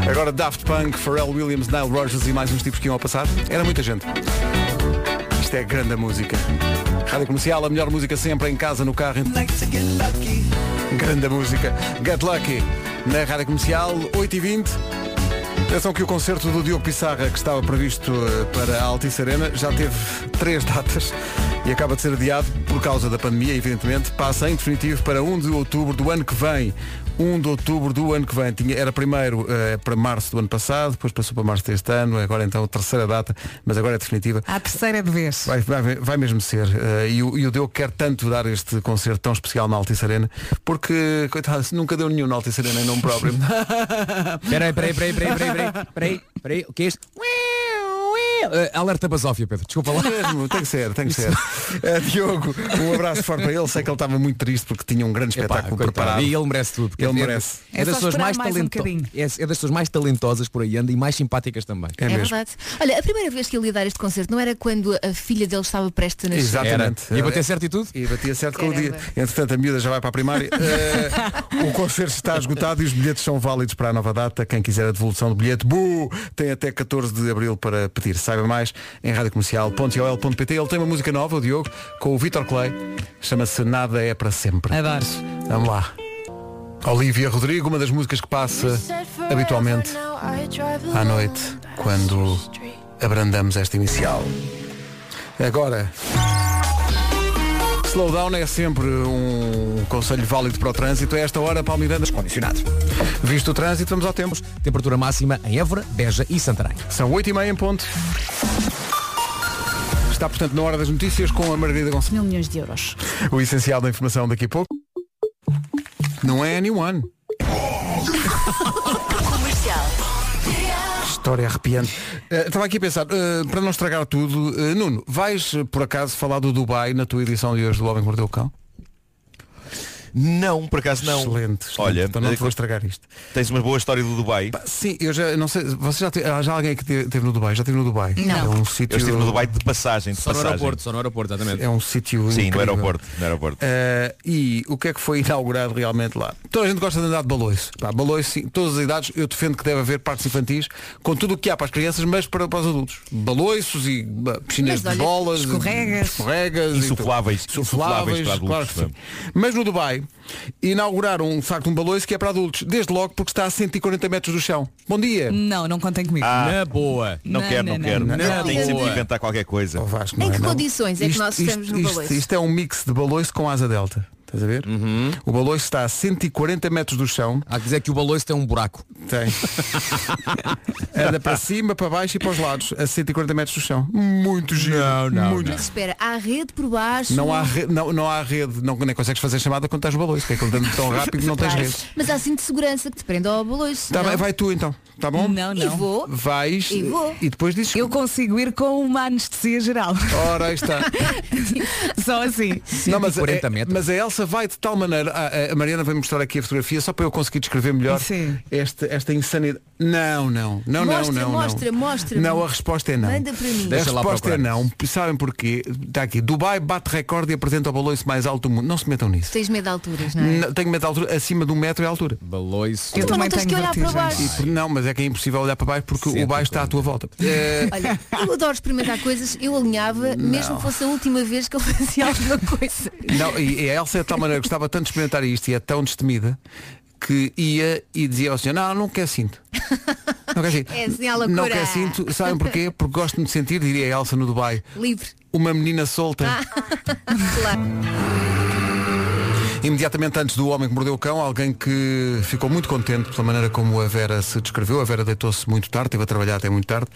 S1: Agora Daft Punk, Pharrell Williams, Nile Rogers e mais uns tipos que iam ao passado. Era muita gente. Isto é grande música. Rádio Comercial, a melhor música sempre, em casa, no carro. em- Grande música. Get Lucky, na Rádio Comercial, 8h20. Atenção que o concerto do Diogo Pissarra, que estava previsto eh, para a Altice Arena, já teve (laughs) três datas e acaba de ser adiado por causa da pandemia, evidentemente. Passa, em definitivo, para 1 de outubro do ano que vem. 1 de outubro do ano que vem. Tinha, era primeiro eh, para março do ano passado, depois passou para março deste ano, agora então terceira data, mas agora é definitiva.
S2: À terceira é de vez.
S1: Vai, vai- vai mesmo ser. Eh, e, o, e o Diogo quer tanto dar este concerto tão especial na Altice Arena, porque, coitado, nunca deu nenhum na Altice Arena em nome próprio.
S6: Peraí, peraí, peraí, peraí, peraí, peraí, peraí, peraí, o que é isto? Eh, alerta basófia, Pedro, desculpa lá.
S1: Mesmo, tem que ser, tem que
S6: (laughs)
S1: ser. Eh, Diogo, um abraço forte para ele. Sei que ele estava muito triste porque tinha um grande
S6: Epá,
S1: espetáculo
S6: coitado.
S1: preparado.
S6: E ele merece tudo. porque
S1: Ele
S6: é-
S1: merece.
S2: É só esperar mais um bocadinho.
S6: é, é das pessoas mais talentosas por aí anda e mais simpáticas também.
S1: É,
S3: É,
S1: mesmo.
S3: verdade. Olha, a primeira vez que ele ia dar este concerto não era quando a filha dele estava prestes a nascer.
S1: Exatamente. É.
S6: Era. E bater certo e tudo?
S1: E batia certo com o dia.
S3: Caramba.
S1: Entretanto, a miúda já vai para a primária. Eh, o concerto está esgotado e os bilhetes são válidos para a nova data. Quem quiser a devolução do bilhete, bu, tem até 14 de abril para pedir. Saiba mais em radiocomercial.ol.pt. Ele tem uma música nova, o Diogo, com o Vitor Clay. Chama-se Nada é para sempre.
S2: Adores.
S1: Vamos lá. Olivia Rodrigo, uma das músicas que passa habitualmente à noite quando abrandamos esta inicial. Agora, slowdown é sempre um conselho válido para o trânsito. A esta hora, Paulo Miranda,
S6: Condicionado.
S1: visto o trânsito, vamos ao tempo.
S6: Temperatura máxima em Évora, Beja e Santarém.
S1: São 8 e meia em ponto. Está, portanto, na hora das notícias com a Margarida Gonçalves.
S3: Mil milhões de euros.
S1: O essencial da informação daqui a pouco. Não é anyone.
S8: Comercial.
S1: História arrepiante. Eh, Estava aqui a pensar, eh, para não estragar tudo, eh, Nuno, vais eh, por acaso falar do Dubai na tua edição de hoje do Homem que Mordeu o Cão?
S7: Não, por acaso não.
S1: Excelente, excelente.
S7: Olha,
S1: então não
S7: eh,
S1: te vou estragar isto.
S7: tens uma boa história do Dubai.
S1: Sim, eu já não sei, você já teve, há já alguém que te- teve no Dubai? Já teve no Dubai?
S3: Não.
S1: É um sítio
S7: Eu estive no Dubai de passagem, de
S6: Só no
S7: passagem.
S6: aeroporto, só no aeroporto, exatamente.
S1: É um sítio
S7: Sim, no
S1: incrível.
S7: aeroporto. No aeroporto.
S1: Eh, e o que é que foi inaugurado realmente lá? Toda a gente gosta de andar de baloiço. Pá, baloiço, sim, todas as idades, eu defendo que deve haver parques infantis com tudo o que há para as crianças, mas para, para os adultos. Baloiços e bah, piscinas
S3: Mas, olha,
S1: de bolas,
S2: escorregas.
S1: escorregas e tudo.
S7: Insufláveis.
S1: Insufláveis,
S7: Insufláveis para
S1: claro
S7: adultos, é?
S1: que sim. Mas no Dubai inauguraram de facto um baloiço que é para adultos, desde logo porque está a 140 metros do chão. Bom dia!
S2: Não, não contem comigo.
S6: Na boa.
S7: Não,
S2: Não,
S7: quero, não,
S2: não,
S7: quero.
S1: não,
S7: Não,
S1: não.
S7: Tem que sempre
S6: Boa.
S7: inventar qualquer coisa.
S1: Oh, Vasco,
S3: Em
S1: não
S3: que
S1: é, não?
S3: condições é que nós estamos no
S1: isto-
S3: baloiço?
S1: Isto é um mix de baloiço com asa delta. Estás a ver? O baloiço está a 140 metros do chão.
S6: Há que dizer que o baloiço tem um buraco.
S1: Tem. (laughs) Anda para cima, para baixo e para os lados, a 140 metros do chão. Muito giro. Não, não, muito.
S3: Mas espera, há rede por baixo.
S1: Não há, re- não, não há rede, não, nem consegues fazer chamada quando estás no baloiço, que é quando andando tão rápido não tens
S3: Claro.
S1: rede.
S3: Mas há cinto de segurança que te prende ao baloiço.
S1: Tá
S3: não?
S1: bem, vai tu então, tá bom?
S2: Não,
S3: E
S2: não.
S3: vou.
S1: Vais
S3: E vou.
S1: e depois dizes.
S2: Eu consigo ir com uma anestesia geral. (laughs)
S1: Ora, aí está.
S2: Só assim.
S1: não, Ah, mas,
S6: 40
S1: a,
S6: metros.
S1: mas a Elsa vai de tal maneira. A, a Mariana vai mostrar aqui a fotografia só para eu conseguir descrever melhor
S2: Sim.
S1: esta, esta insanidade. Não, não, não,
S3: Mostra,
S1: não, não.
S3: mostra,
S1: não.
S3: mostra-me.
S1: Não, a resposta é não.
S3: Manda para mim.
S6: Deixa
S1: a
S6: lá
S1: resposta é
S6: procurar.
S1: não. Sabem porquê? Está aqui. Dubai bate recorde e apresenta o balanço mais alto do mundo. Não se metam nisso.
S3: Tens medo de alturas, não é?
S1: Não, tenho medo de altura. Acima de um metro é a altura.
S6: Baloiço.
S2: Eu
S3: Mas
S2: também
S3: não tens
S2: tenho
S3: que olhar para
S2: vertigens.
S3: baixo.
S1: E por- não, mas é que é impossível olhar para baixo porque o baixo está à tua volta. Eh,
S3: Olha, eu adoro experimentar coisas, eu alinhava, mesmo que fosse a última vez que eu (laughs) fazia alguma coisa.
S1: Não, e a Elsa é de tal maneira que gostava tanto de experimentar isto e é tão destemida que ia e dizia ao senhor, não, não quer cinto. Não quer cinto.
S3: É assim à loucura.
S1: não quer cinto, sabem porquê? Porque gosto de me sentir, diria a Elsa no Dubai,
S3: Livre.
S1: uma menina solta.
S3: Claro.
S1: Imediatamente antes do Homem que Mordeu o Cão, alguém que ficou muito contente pela maneira como a Vera se descreveu. A Vera deitou-se muito tarde, esteve a trabalhar até muito tarde,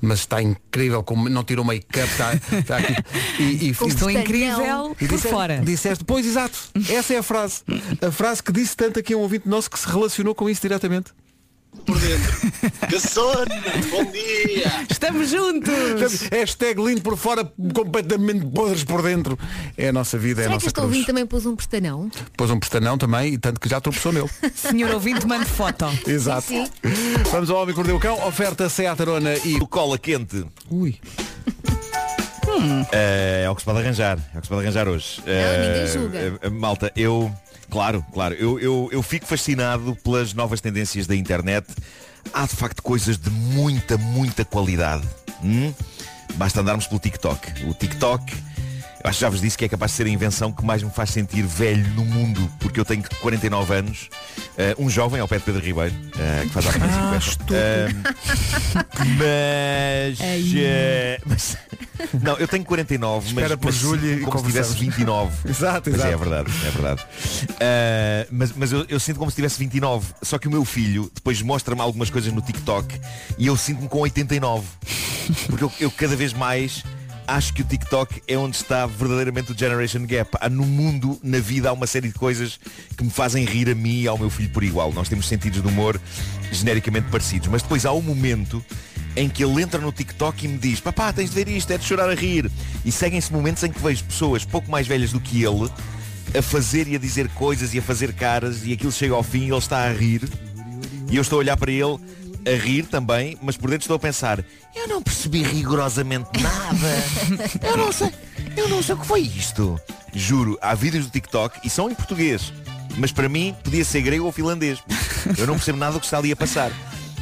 S1: mas está incrível, como não tirou make-up, está, está aqui. E, e,
S2: Com
S1: e-
S2: estou é incrível
S1: Um E
S2: por
S1: disseste-
S2: fora.
S1: Disseste, pois exato, essa é a frase. A frase que disse tanto aqui a um ouvinte nosso que se relacionou com isso diretamente.
S11: Gassone, bom dia!
S2: Estamos
S1: (laughs)
S2: juntos!
S1: Hashtag lindo por fora, completamente podres por dentro. É a nossa vida, é a
S3: Será que
S1: nossa
S3: este
S1: cruz.
S3: ouvinte também pôs um prestanão?
S1: Pôs um postanão também, e tanto que já tropeçou
S3: (laughs)
S1: nele.
S2: Senhor ouvinte, mande foto.
S1: Exato. Vamos ao Homem que Mordeu o Cão. Oferta Seat Arona e...
S7: O cola quente.
S1: Ui.
S7: Eh, é o que se pode arranjar. É o que se pode arranjar hoje.
S1: ninguém
S7: Eh,
S1: julga.
S7: eh, malta, eu. Claro, claro. Eu, eu, eu fico fascinado pelas novas tendências da internet. Há de facto coisas de muita, muita qualidade. Hum? Basta andarmos pelo TikTok. O TikTok. eu Acho que já vos disse que é capaz de ser a invenção que mais me faz sentir velho no mundo, porque eu tenho 49 anos, eh, um jovem ao pé de Pedro Ribeiro, eh, que faz há 45
S9: Ah,
S7: anos. Ahm, mas, eh, mas- Não, eu tenho 49 mas-
S1: Espera por
S7: mas
S1: julho e
S7: sinto como se tivesse
S1: conversamos.
S7: 29
S1: (laughs) Exato,
S7: Mas é
S1: exato.
S7: verdade, é verdade Ah, Mas, mas eu, eu sinto como se tivesse 29 Só que o meu filho depois mostra-me algumas coisas no TikTok E eu sinto-me com 89 Porque eu, eu cada vez mais Acho que o TikTok é onde está verdadeiramente o Generation Gap. Há no mundo, na vida, há uma série de coisas que me fazem rir a mim e ao meu filho por igual. Nós temos sentidos de humor genericamente parecidos. Mas depois há um momento em que ele entra no TikTok e me diz Papá, tens de ver isto, é de chorar a rir. E seguem-se momentos em que vejo pessoas pouco mais velhas do que ele a fazer e a dizer coisas e a fazer caras e aquilo chega ao fim e ele está a rir. E eu estou a olhar para ele a rir também, mas por dentro estou a pensar Eu não percebi rigorosamente nada. Eu não sei, eu não sei o que foi isto. Juro, há vídeos do TikTok e são em português. Mas para mim podia ser grego ou finlandês. Eu não percebo nada do que está ali a passar.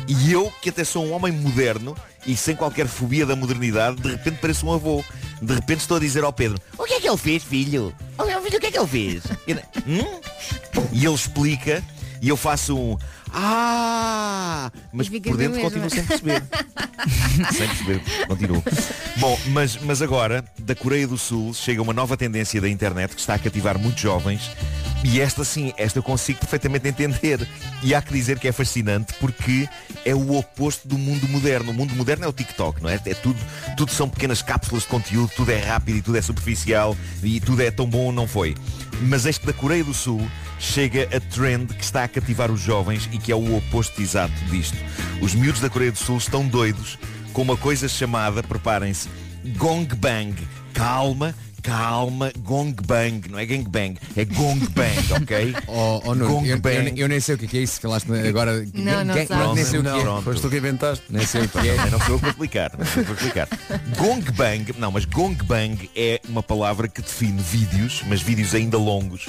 S7: E eu, que até sou um homem moderno e sem qualquer fobia da modernidade, de repente pareço um avô. De repente estou a dizer ao Pedro, o que é que ele fez, filho? O meu filho, o que é que ele fez? E ele, "Hum?" E ele explica e eu faço um Ah! Mas
S9: E
S7: por
S9: fica
S7: dentro
S9: na mesma.
S7: continuo
S9: (laughs)
S7: sem perceber. sem perceber, continuo. Bom, mas, mas agora, da Coreia do Sul, chega uma nova tendência da internet que está a cativar muitos jovens. E esta sim, esta eu consigo perfeitamente entender. E há que dizer que é fascinante porque é o oposto do mundo moderno. O mundo moderno é o TikTok, não é? É tudo, tudo são pequenas cápsulas de conteúdo, tudo é rápido e tudo é superficial e tudo é tão bom, não foi. Mas este da Coreia do Sul chega a trend que está a cativar os jovens e que é o oposto exato disto. Os miúdos da Coreia do Sul estão doidos com uma coisa chamada, preparem-se, gong bang. Calma, calma, gong bang. Não é gang bang, é gong bang, ok?
S6: (laughs) Oh, oh, Nuno,
S7: Gong
S6: eu, eu
S7: bang.
S6: nem- eu nem sei o que é que é isso. Falaste agora.
S7: Não, não
S6: Quem-
S7: sabes.
S6: nem sei o que
S7: Não,
S6: é.
S7: pronto. Foste tu
S1: que inventaste.
S6: Nem sei o que
S7: Não,
S6: é.
S7: não sou eu que vou explicar. não sou eu que vou explicar. Gong bang, não, mas gong bang é uma palavra que define vídeos, mas vídeos ainda longos,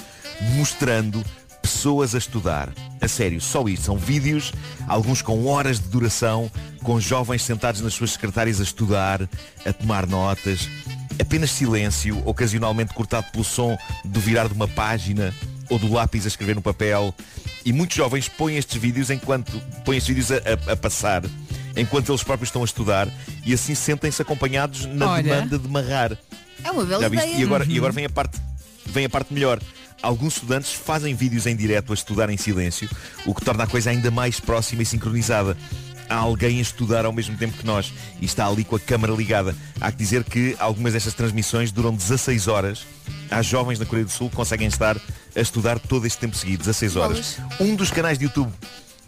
S7: mostrando pessoas a estudar. A sério, só isso. São vídeos, alguns com horas de duração, com jovens sentados nas suas secretárias a estudar, a tomar notas. Apenas silêncio, ocasionalmente cortado pelo som do virar de uma página ou do lápis a escrever no papel. E muitos jovens põem estes vídeos enquanto põem estes vídeos a, a- a passar, enquanto eles próprios estão a estudar e assim sentem-se acompanhados na
S3: Olha.
S7: demanda de marrar.
S3: É uma bela
S7: Já viste?
S3: ideia.
S7: E agora, e agora vem a parte vem a parte melhor. Alguns estudantes fazem vídeos em direto a estudar em silêncio, o que torna a coisa ainda mais próxima e sincronizada. Há alguém a estudar ao mesmo tempo que nós e está ali com a câmara ligada. Há que dizer que algumas destas transmissões duram 16 horas. Há jovens na Coreia do Sul que conseguem estar a estudar todo este tempo seguido, 16 horas. Um dos canais de YouTube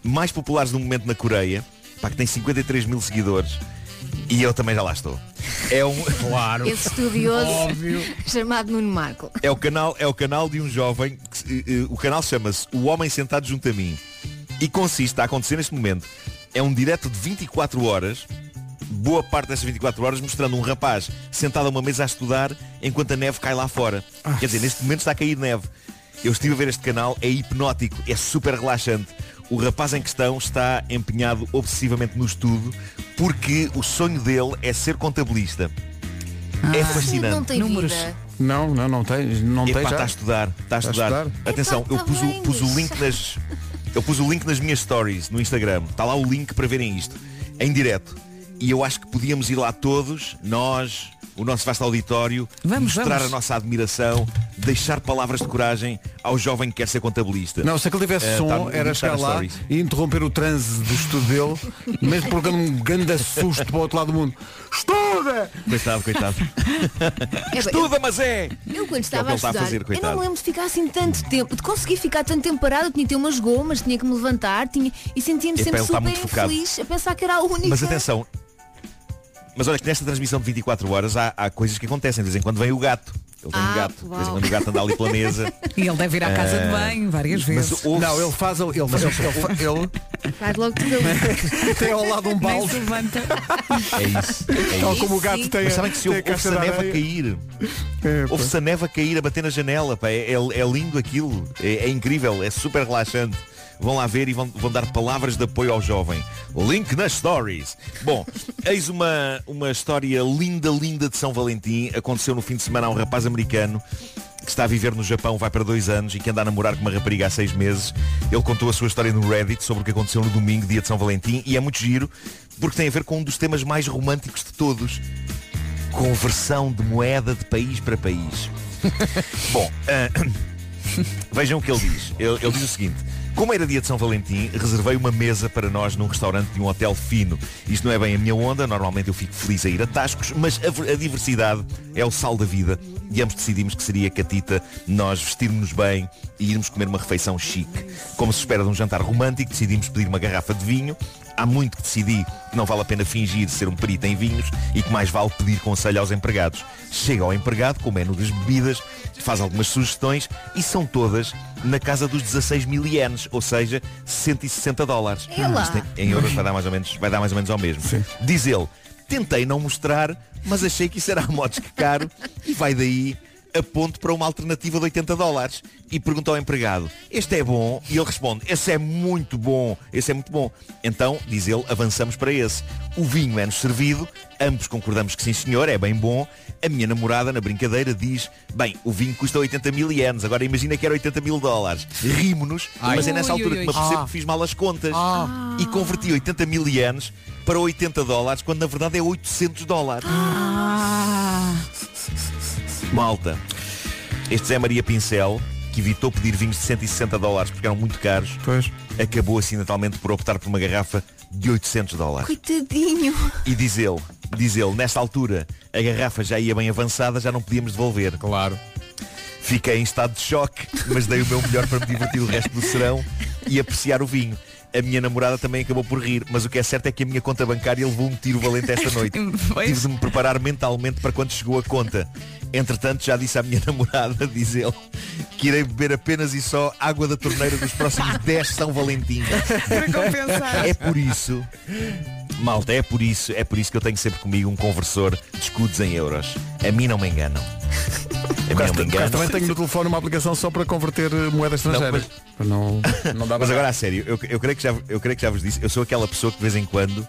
S7: mais populares no momento na Coreia, pá, que tem 53 mil seguidores, e eu também já lá estou. É um.
S3: (laughs)
S7: Claro.
S3: Esse estudioso (laughs) chamado Nuno Marco.
S7: É o canal, é o canal de um jovem, que se- eh, eh, o canal chama-se O Homem Sentado Junto a Mim. E consiste, está a acontecer neste momento, é um direto de 24 horas, boa parte dessas 24 horas mostrando um rapaz sentado a uma mesa a estudar enquanto a neve cai lá fora. Quer dizer, neste momento está a cair neve. Eu estive a ver este canal, é hipnótico, é super relaxante. O rapaz em questão está empenhado obsessivamente no estudo porque o sonho dele é ser contabilista.
S3: Ah,
S7: é fascinante.
S3: É
S1: Não, não, não tem. Não
S7: Epá,
S1: tem já.
S7: está tá a estudar, está
S1: Está
S7: a
S1: a
S7: estudar.
S2: É
S1: estudar?
S7: Atenção,
S1: Epá,
S7: eu pus o, pus o link nas eu pus o link nas minhas stories no Instagram. Tá Está lá o link para verem isto em direto. E eu acho que podíamos ir lá todos, nós, o nosso vasto auditório,
S2: Vamos,
S7: mostrar
S2: vamos.
S7: a nossa admiração, deixar palavras de coragem ao jovem que quer ser contabilista.
S1: Não, se aquele tivesse
S7: Eh,
S1: som,
S7: tá no-
S1: era chegar
S7: está nas
S1: lá
S7: stories.
S1: e interromper o transe do estudo dele, mesmo colocando um grande susto para o outro lado do mundo. Estuda!
S7: Coitado, coitado. Estuda, mas é!
S3: Eu quando
S7: que ele
S3: estava a
S7: está a
S3: estudar,
S7: fazer,
S3: eu
S7: coitado.
S3: não me lembro de ficar assim tanto tempo, de conseguir ficar tanto tempo parado, eu tinha que ter umas gomas, tinha que me levantar, tinha, e sentia-me
S7: Epá,
S3: sempre
S7: ele está
S3: super
S7: muito focado.
S3: infeliz a pensar que era a única.
S7: Mas atenção. Mas olha que nesta transmissão de 24 horas há, há coisas que acontecem. De vez em quando vem o gato. Ele vem
S2: Ah,
S7: o gato. De vez em
S2: uau.
S7: quando o gato anda ali pela mesa.
S2: E ele deve ir à casa
S1: Eh,
S2: de banho várias vezes.
S1: Não, ele faz. Ele, ele, ele, ele,
S3: Faz logo tudo ali.
S1: (laughs) Tem ao lado um balde.
S2: Nem se levanta. (laughs)
S7: É isso.
S1: É Tal isso. como o gato Sim. tem a-
S7: Mas sabem que se
S1: tem a
S7: ouve- ouve-se
S1: caixa
S7: a
S1: de
S7: neve a
S1: areia.
S7: cair. Ouve-se a neve a cair, a bater na janela. Pá. É, é- é lindo aquilo. É, é incrível. É super relaxante. Vão lá ver e vão, vão dar palavras de apoio ao jovem. Link nas stories.
S1: (laughs)
S7: Bom, eis uma, uma história linda, linda de São Valentim. Aconteceu no fim de semana a um rapaz americano que está a viver no Japão, vai para dois anos e que anda a namorar com uma rapariga há seis meses. Ele contou a sua história no Reddit sobre o que aconteceu no domingo, dia de São Valentim, e é muito giro porque tem a ver com um dos temas mais românticos de todos. Conversão de moeda de país para país. Bom, ah, (coughs) vejam o que ele diz. Ele, ele diz o seguinte. Como era dia de São Valentim, reservei uma mesa para nós num restaurante de um hotel fino. Isto não é bem a minha onda, normalmente eu fico feliz a ir a tascos, mas a, ver- a diversidade é o sal da vida. E ambos decidimos que seria catita nós vestirmos-nos bem e irmos comer uma refeição chique. Como se espera de um jantar romântico, decidimos pedir uma garrafa de vinho. Há muito que decidi que não vale a pena fingir ser um perito em vinhos e que mais vale pedir conselho aos empregados. Chega ao empregado com o menu das bebidas, faz algumas sugestões e são todas na casa dos 16 mil ienes, ou seja, 160 dólares.
S12: Ela.
S7: Isto em, em euros vai dar mais ou menos, vai dar mais ou menos ao mesmo. Diz ele, tentei não mostrar, mas achei que isso era a modos que caro e vai daí aponto para uma alternativa de 80 dólares e pergunto ao empregado, este é bom? E ele responde, esse é muito bom, esse é muito bom. Então, diz ele, avançamos para esse. O vinho é-nos servido, ambos concordamos que sim senhor, é bem bom. A minha namorada, na brincadeira, diz, bem, o vinho custa 80 mil ienes, agora imagina que era 80 mil dólares. Rimo-nos,
S12: Ai.
S7: mas é nessa
S12: Ui,
S7: altura
S12: ui,
S7: que
S12: ui.
S7: me apercebo
S12: Ah.
S7: que fiz mal as contas e converti 80 mil ienes para 80 dólares, quando na verdade é 800 dólares.
S12: Ah.
S7: Malta, este Zé Maria Pincel, que evitou pedir vinhos de 160 dólares porque eram muito caros, acabou acidentalmente por optar por uma garrafa de 800
S3: (laughs)
S7: dólares.
S3: Coitadinho.
S7: E diz ele, diz ele, nesta altura a garrafa já ia bem avançada, já não podíamos devolver. Claro. Fiquei em estado de choque, mas dei o meu melhor para me divertir o resto do serão e apreciar o vinho. A minha namorada também acabou por rir, mas o que é certo é que a minha conta bancária levou um tiro valente esta noite. Tive de me preparar mentalmente para quando chegou a conta. Entretanto, já disse à minha (laughs) namorada, diz ele, que irei beber apenas e só água da torneira dos próximos 10 São Valentim.
S12: Para compensar.
S7: É por isso Malta, é por isso, é por isso que eu tenho sempre comigo um conversor de escudos em euros. A mim não me enganam. A mim não me
S1: Por acaso
S7: enganam.
S1: também tenho no telefone uma aplicação só para converter eh, moeda estrangeira.
S7: mas- Mas agora a sério, eu, eu creio que já, eu creio que já vos disse, eu sou aquela pessoa que de vez em quando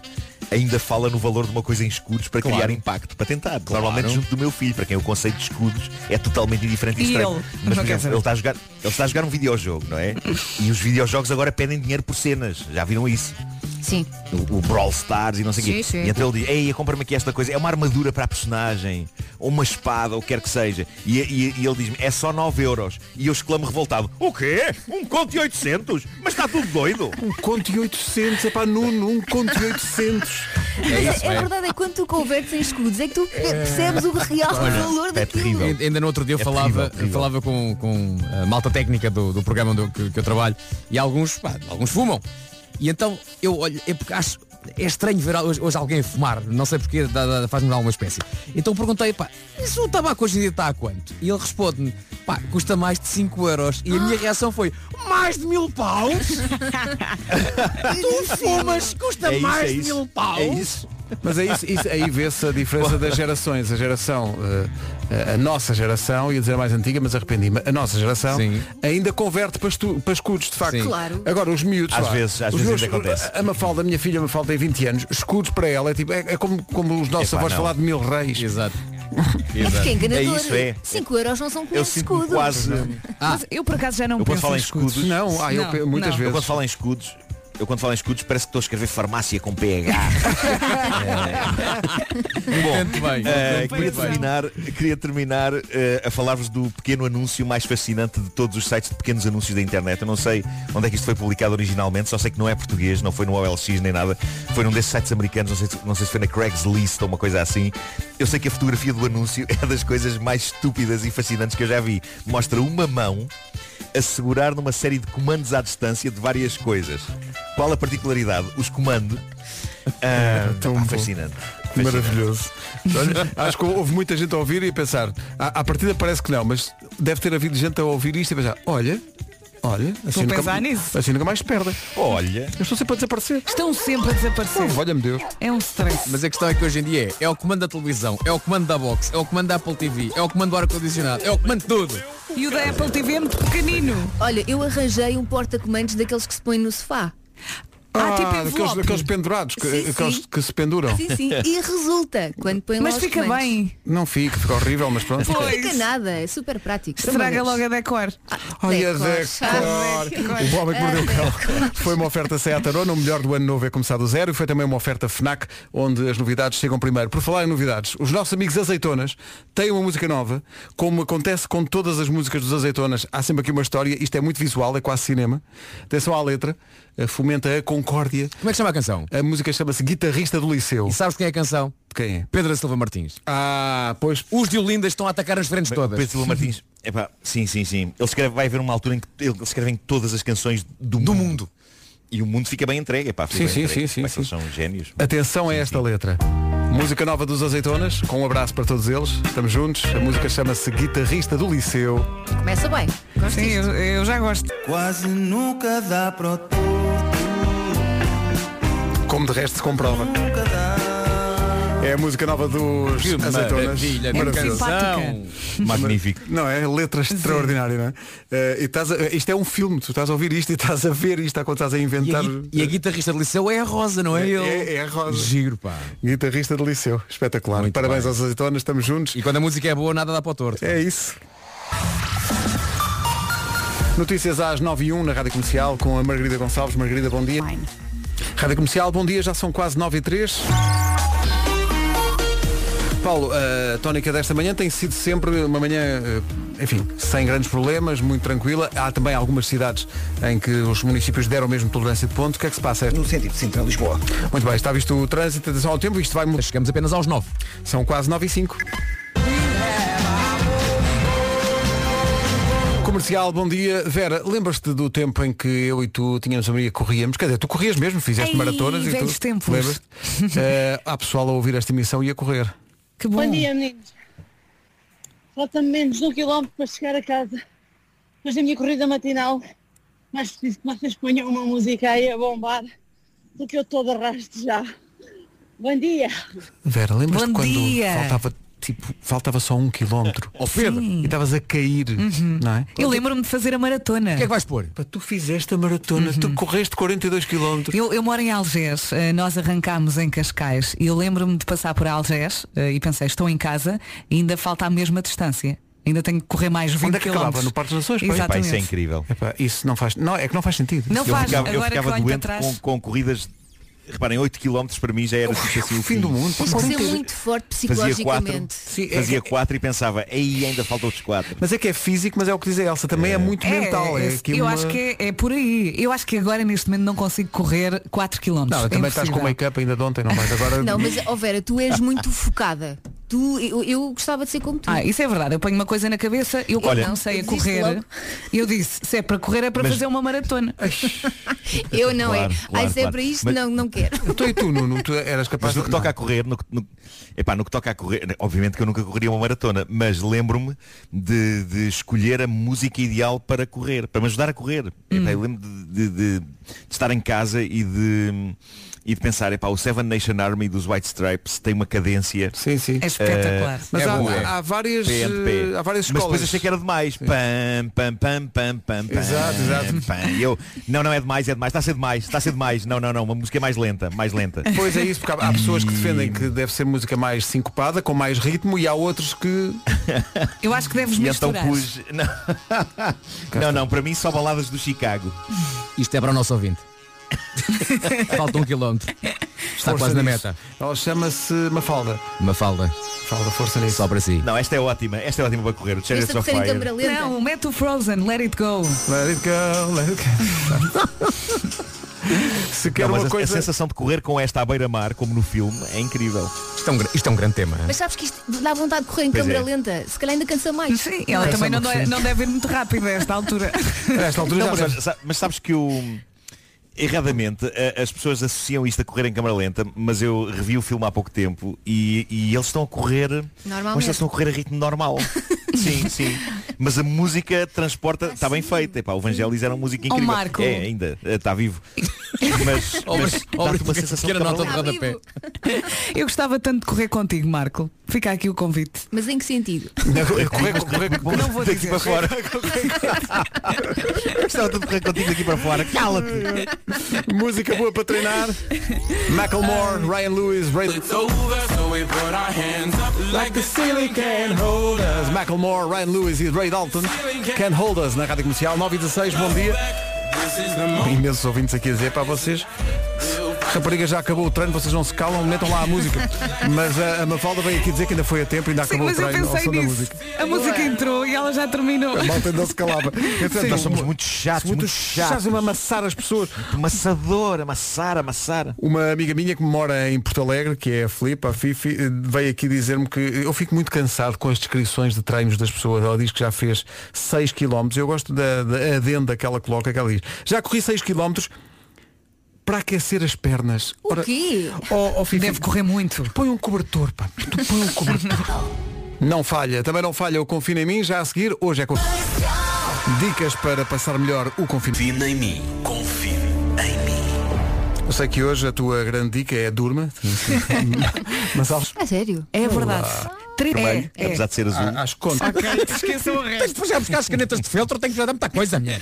S7: ainda fala no valor de uma coisa em escudos para
S12: Claro.
S7: criar impacto, para tentar.
S12: Claro.
S7: Normalmente junto do meu filho, para quem o conceito de escudos é totalmente indiferente e
S12: E
S7: estranho.
S12: ele?
S7: Mas
S12: Não
S7: por
S12: quer
S7: exemplo,
S12: saber.
S7: ele está, a jogar, ele está a jogar um videojogo, não é? E os videojogos agora pedem dinheiro por cenas. Já viram isso?
S3: Sim.
S7: o, o Brawl Stars e não sei o
S3: Sim,
S7: quê.
S3: sim.
S7: E então ele diz, ei, compra-me aqui esta coisa, é uma armadura para a personagem, ou uma espada, ou o que quer que seja. E, e- e ele diz-me, é só 9 euros. E eu exclamo revoltado, o quê? Um conto e 800? Mas está tudo doido.
S1: Um conto e 800, é para Nuno, um conto e 800.
S3: Mas é, é verdade, é quando tu convertes em escudos, é que tu percebes o real
S7: é
S3: valor daquilo.
S1: Então,
S6: Ainda- Ainda no outro dia eu
S12: É terrível,
S6: falava,
S12: terrível.
S6: eu falava com, com a malta técnica do, do programa onde eu- que, que eu trabalho e alguns, pá, alguns fumam. E então eu olho, é porque acho. É estranho ver hoje, hoje alguém fumar, não sei porque, dá- dá- faz-me alguma espécie. Então perguntei, pá, isso o tabaco hoje em dia está a quanto? E ele responde-me, pá, custa mais de 5 euros. E a minha reação foi, mais de mil paus? tu fumas, custa
S1: É isso,
S6: mais
S1: é
S6: de
S1: isso,
S6: mil paus?
S1: é isso. Mas é isso, isso- aí vê-se a diferença das gerações. A geração, eh, a nossa geração, ia dizer a mais antiga, mas arrependi-me, a nossa geração ainda converte para, estu, para escudos, de facto.
S7: Sim. Claro.
S1: Agora, os miúdos.
S7: Às
S1: lá,
S7: vezes- às
S1: os
S7: vezes
S1: meus-
S7: ainda acontece.
S1: A Mafalda, a minha filha Mafalda tem 20 anos, escudos para ela, é, tipo, é, é como, como os nossos
S7: Epá,
S1: avós
S7: não.
S1: falaram de mil reis.
S6: Exato.
S3: É porque é enganador.
S1: É isso, é.
S3: 5 euros não são 500
S7: sinto-me
S3: escudos.
S7: quase-
S1: Ah.
S2: Mas eu por acaso já não
S7: eu
S2: penso
S7: quando falo em escudos.
S1: Não, ah, eu pe- muitas
S7: Eu
S1: vezes.
S7: quando falo em escudos, Eu quando falo em escudos parece que estou a escrever farmácia com (laughs) PH. Bom,
S1: É,
S7: eh, queria terminar, queria terminar eh, a falar-vos do pequeno anúncio mais fascinante de todos os sites de pequenos anúncios da internet. Eu não sei onde é que isto foi publicado originalmente, só sei que não é português, não foi no OLX nem nada. Foi num desses sites americanos, não sei, se- não sei se foi na Craigslist ou uma coisa assim. Eu sei que a fotografia do anúncio (laughs) é das coisas mais estúpidas e fascinantes que eu já vi. Mostra uma mão a segurar numa série de comandos à distância de várias coisas. Qual a particularidade? Os comandos. ah, pá, fascinante.
S1: Maravilhoso. Olha, acho que houve muita gente a ouvir e a pensar. À, à partida parece que não, mas deve ter havido gente a ouvir isto e a pensar, olha, olha,
S2: Estão a
S1: nunca,
S2: pensar nisso?
S1: assim nunca mais se perde.
S7: Olha.
S1: Eu estou sempre a desaparecer.
S2: Estão sempre a desaparecer.
S1: Olha-me Deus.
S2: É um stress.
S6: Mas a questão é que hoje em dia é, é o comando da televisão, é o comando da box, é o comando da Apple TV, é o comando do ar-condicionado, é o comando de tudo.
S2: E o da Apple TV é muito pequenino.
S3: Olha, eu arranjei um porta-comandos daqueles que se põe no sofá.
S2: tipo
S1: Ah, daqueles, daqueles pendurados, que,
S3: Sim,
S1: aqueles
S3: sim.
S1: que se penduram.
S3: Sim,
S7: (laughs)
S3: sim. E resulta, quando põe
S2: Mas
S3: lá os
S2: fica
S3: comandos.
S2: bem.
S1: Não fica, fica horrível, mas pronto.
S3: Não fica nada, é super prático.
S2: Estraga
S3: Mas-
S2: logo a decor.
S1: Ai, a
S3: Decor. Ah,
S1: decor.
S3: decor.
S1: O homem que mordeu o
S3: Ah,
S1: cão. Foi uma oferta Seat Arona, o melhor do ano novo é começar do zero e foi também uma oferta FNAC, onde as novidades chegam primeiro. Por falar em novidades, os nossos amigos azeitonas têm uma música nova, como acontece com todas as músicas dos azeitonas. Há sempre aqui uma história, isto é muito visual, é quase cinema. Atenção à letra, eh, fomenta a concórdia.
S6: Como é que chama a canção?
S1: A música chama-se Guitarrista do Liceu.
S6: E sabes quem é a canção?
S1: De quem é?
S6: Pedro da Silva Martins.
S1: Ah, pois.
S6: Os de Olinda estão a atacar as frentes todas.
S7: Pedro Silva Martins. Epá, sim, sim, sim. Ele escreve, vai haver uma altura em que ele escreve em todas as canções do, mundo. E o mundo fica bem entregue. Epá, fica
S1: Sim,
S7: bem
S1: sim,
S7: entregue.
S1: sim, sim,
S7: Epá,
S1: sim.
S7: Eles são gênios.
S1: Atenção a esta letra. Música nova dos Azeitonas, com um abraço para todos eles. Estamos juntos. A música chama-se Guitarrista do Liceu.
S3: Começa bem. Gosto
S2: Sim,
S3: disto.
S2: eu, eu já gosto.
S12: Quase nunca dá para o
S1: Como de resto se comprova. É a música nova dos
S6: Que
S1: Azeitonas.
S6: maravilha, que
S1: Maravilhoso. Então,
S6: canção.
S7: Magnífico.
S1: Não é? Letra extraordinária, não é? Eh, e estás a- isto é um filme, tu estás a ouvir isto e estás a ver isto, estás a
S6: E a,
S1: inventar.
S6: gui- e a guitarrista de liceu é a Rosa, não é?
S1: É-
S6: ele?
S1: é- é a Rosa.
S6: Giro, pá.
S1: Guitarrista do Liceu, espetacular. Parabéns aos azeitonas, estamos juntos.
S6: E quando a música é boa, nada dá para o torto.
S1: É isso. Notícias às 9 e 1 na Rádio Comercial com a Margarida Gonçalves. Margarida, bom dia. Rádio Comercial, bom dia, já são quase 9 e 3. Paulo, a tónica desta manhã tem sido sempre uma manhã, eh, enfim, sem grandes problemas, muito tranquila. Há também algumas cidades em que os municípios deram mesmo tolerância de ponto. O que é que se passa? No sentido central de Lisboa. Muito bem, está visto o trânsito, atenção ao tempo, isto vai... mu-
S6: Chegamos apenas aos 9.
S1: São quase 9 e 5. Comercial, bom dia. Vera, lembras-te do tempo em que eu e tu tínhamos a Maria, corríamos? Quer dizer, tu corrias mesmo, fizeste
S2: Ei,
S1: maratonas e
S2: velhos
S1: tudo.
S2: tempos.
S1: Lembras-te?
S2: (laughs)
S1: Eh, há pessoal a ouvir esta emissão e a correr.
S2: Que bom.
S13: dia, meninos. Falta menos de um quilómetro para chegar a casa. Depois da minha corrida matinal, mais preciso que vocês ponham uma música aí a bombar do que eu estou de arrasto já. Bom dia.
S1: Vera, lembras-te
S2: Bom
S1: quando
S2: dia.
S1: faltava tipo, faltava só um quilómetro
S6: Ó Pedro, o
S1: e estavas a cair, não é?
S2: Uhum. Eu lembro-me de fazer a maratona.
S6: que é que vais pôr?
S1: Pá, Tu fizeste a maratona, tu
S2: Uhum.
S1: correste 42 quilómetros.
S2: Eu, eu moro em Algés, eh, nós arrancámos em Cascais e eu lembro-me de passar por Algés eh, e pensei, estou em casa e ainda falta a mesma distância. Ainda tenho que correr mais 20
S1: Onde é que acabava?
S2: quilómetros.
S1: No Parque das Nações? pois?
S7: Epá,
S2: Exatamente.
S7: isso é incrível.
S1: Epá, isso não faz. Não, é que não faz sentido.
S2: Não faz,
S7: ficava, eu
S2: agora que
S7: ficava
S2: olho para
S7: doente
S2: trás.
S7: com, com corridas. Reparem, 8 km para mim já era tipo assim
S1: é o fim do mundo.
S3: Tens que ser muito forte
S7: Fazia 4
S3: psicologicamente.
S1: é-
S7: fazia quatro e pensava, aí ainda faltam outros 4.
S1: Mas é que é físico, mas é o que diz a Elsa, também é, muito
S2: É,
S1: mental. É,
S2: esse-
S1: aqui
S2: eu
S1: uma-
S2: acho que é, é por aí. Eu acho que agora neste momento não consigo correr 4 km.
S1: Não,
S2: é
S1: também estás com
S2: impossível.
S1: make-up ainda de ontem, não vais agora.
S3: Não, mas ó Vera, tu és muito focada. Tu, eu, eu gostava de ser como tu.
S2: Ah, isso é verdade. Eu ponho uma coisa na cabeça, eu quando
S7: Olha,
S2: não sei a
S3: Existe
S2: correr.
S3: logo.
S2: Eu disse, se é para correr é para
S7: Mas-
S2: fazer uma maratona.
S3: eu não
S7: claro,
S3: é.
S7: claro,
S3: Ai, se é
S7: claro.
S3: para isto,
S7: Mas-
S3: não, não quero.
S1: Eu estou e tu, Nuno, tu eras capaz
S7: Mas no que toca a correr, no, que- no, epá, no que toca a correr, obviamente que eu nunca correria uma maratona, mas lembro-me de, de escolher a música ideal para correr, para me ajudar a correr.
S1: Hum.
S7: Epá, eu lembro de, de- de- de estar em casa e de, e de pensar, epá, o Seven Nation Army dos White Stripes tem uma cadência.
S1: Sim, sim.
S2: É espetacular.
S1: Mas
S7: é
S1: há,
S7: boa.
S1: há- há várias,
S7: P and P.
S1: eh, há várias
S7: Mas
S1: escolas.
S7: depois achei que era demais. Pam, pam, pam, pam, pam, pam.
S1: Exato, exato.
S7: pam. E eu, não, não é demais, é demais, está a ser demais, está a ser demais. Não, não, não, uma música é mais lenta,
S1: (laughs)
S7: mais lenta.
S1: Pois é isso, porque há, há pessoas que defendem que deve ser música mais sincopada, com mais ritmo, e há outros que.
S2: Eu acho que deves
S7: E então
S2: misturar.
S7: pus. (laughs) Não. não, não, para mim só baladas do Chicago.
S1: (laughs)
S6: Isto é para o nosso ouvinte. Falta um quilómetro. Está
S1: Força
S6: quase na
S1: nisso.
S6: meta.
S1: Ela chama-se Mafalda.
S6: Mafalda.
S1: Falda, força nisso.
S6: Só para si.
S7: Não, esta é ótima. Esta é ótima para correr. O Chariots of Fire.
S2: Não, mete o Frozen, let it go.
S1: Let it go, let it
S2: go.
S1: (laughs) Se
S7: Não, mas a- a sensação de correr com esta à beira-mar, como no filme, é incrível.
S6: Isto é um, gra- isto é um grande tema.
S3: Mas sabes que isto dá vontade de correr em
S7: Pois
S3: câmera
S7: é.
S3: lenta. Se calhar ainda cansa mais.
S2: Sim, ela é um também não, deve- não deve ir muito rápido a esta altura.
S1: então,
S7: Não, mas, olha, sa- mas sabes que o Erradamente, a- as pessoas associam isto a correr em câmara lenta, mas eu revi o filme há pouco tempo e, e eles estão a correr. Mas
S3: Normalmente.
S7: eles estão a correr a ritmo normal. sim, sim. Mas a música transporta, está bem feita. Epá, o Vangelis era uma música
S2: Oh,
S7: incrível.
S2: Marco.
S7: É, ainda, eh, está vivo. (laughs) Mas,
S6: Oh,
S7: mas
S6: Marco,
S7: dá-te
S6: Marco,
S7: uma sensação
S6: pequena
S7: de câmara
S6: nota de
S7: lenta.
S6: rodapé.
S2: (laughs) Eu gostava tanto de correr contigo, Marco. Fica aqui o convite.
S3: Mas em que sentido?
S7: É,
S2: Não vou
S7: daqui
S2: dizer.
S7: para fora. Eu (laughs) Gostava tanto de correr contigo daqui para fora. Cala-te.
S1: Música boa para treinar. Macklemore, Ryan Lewis, Ray... Macklemore, Ryan Lewis e Ray Dalton. Can Hold Us na Rádio Comercial 9 e 16, bom dia. Imensos ouvintes aqui a dizer para vocês. Rapariga, já acabou o treino, vocês não se calam, metam lá a música. Mas a, a Mafalda veio aqui dizer que ainda foi a tempo, ainda
S2: Sim,
S1: acabou o
S2: mas eu
S1: treino ao
S2: pensei
S1: som da
S2: nisso.
S1: música.
S2: A música entrou e ela já terminou.
S1: A malta não se calava.
S7: Sim. Nós somos muito chatos, muito chatos.
S1: a amassar as pessoas.
S7: Amassador, amassar, amassar.
S1: Uma amiga minha que mora em Porto Alegre, que é a Filipe, a Fifi, eh, veio aqui dizer-me que eu fico muito cansado com as descrições de treinos das pessoas. Ela diz que já fez 6 km. Eu gosto da, da adenda que ela coloca, que ela diz. Já corri 6 km para aquecer as pernas. Ora,
S3: quê?
S1: ó, ó, Oh, Fifi,
S2: Deve correr muito.
S1: Põe um cobertor, pá. Tu põe um cobertor. não falha. Também não falha o Confina em Mim. Já a seguir, hoje é com... Dicas para passar melhor o confinamento. Confina em mim.
S9: Confio.
S1: Eu sei que hoje a tua grande dica é durma. Mas aos...
S3: É sério?
S2: É verdade. Tri-
S7: Vermelho,
S2: é, é.
S7: apesar de ser azul.
S1: Às contas.
S6: Ok, esqueçam o resto. Tens de puxar a buscar as canetas de feltro, tenho que fazer muita coisa, mulher.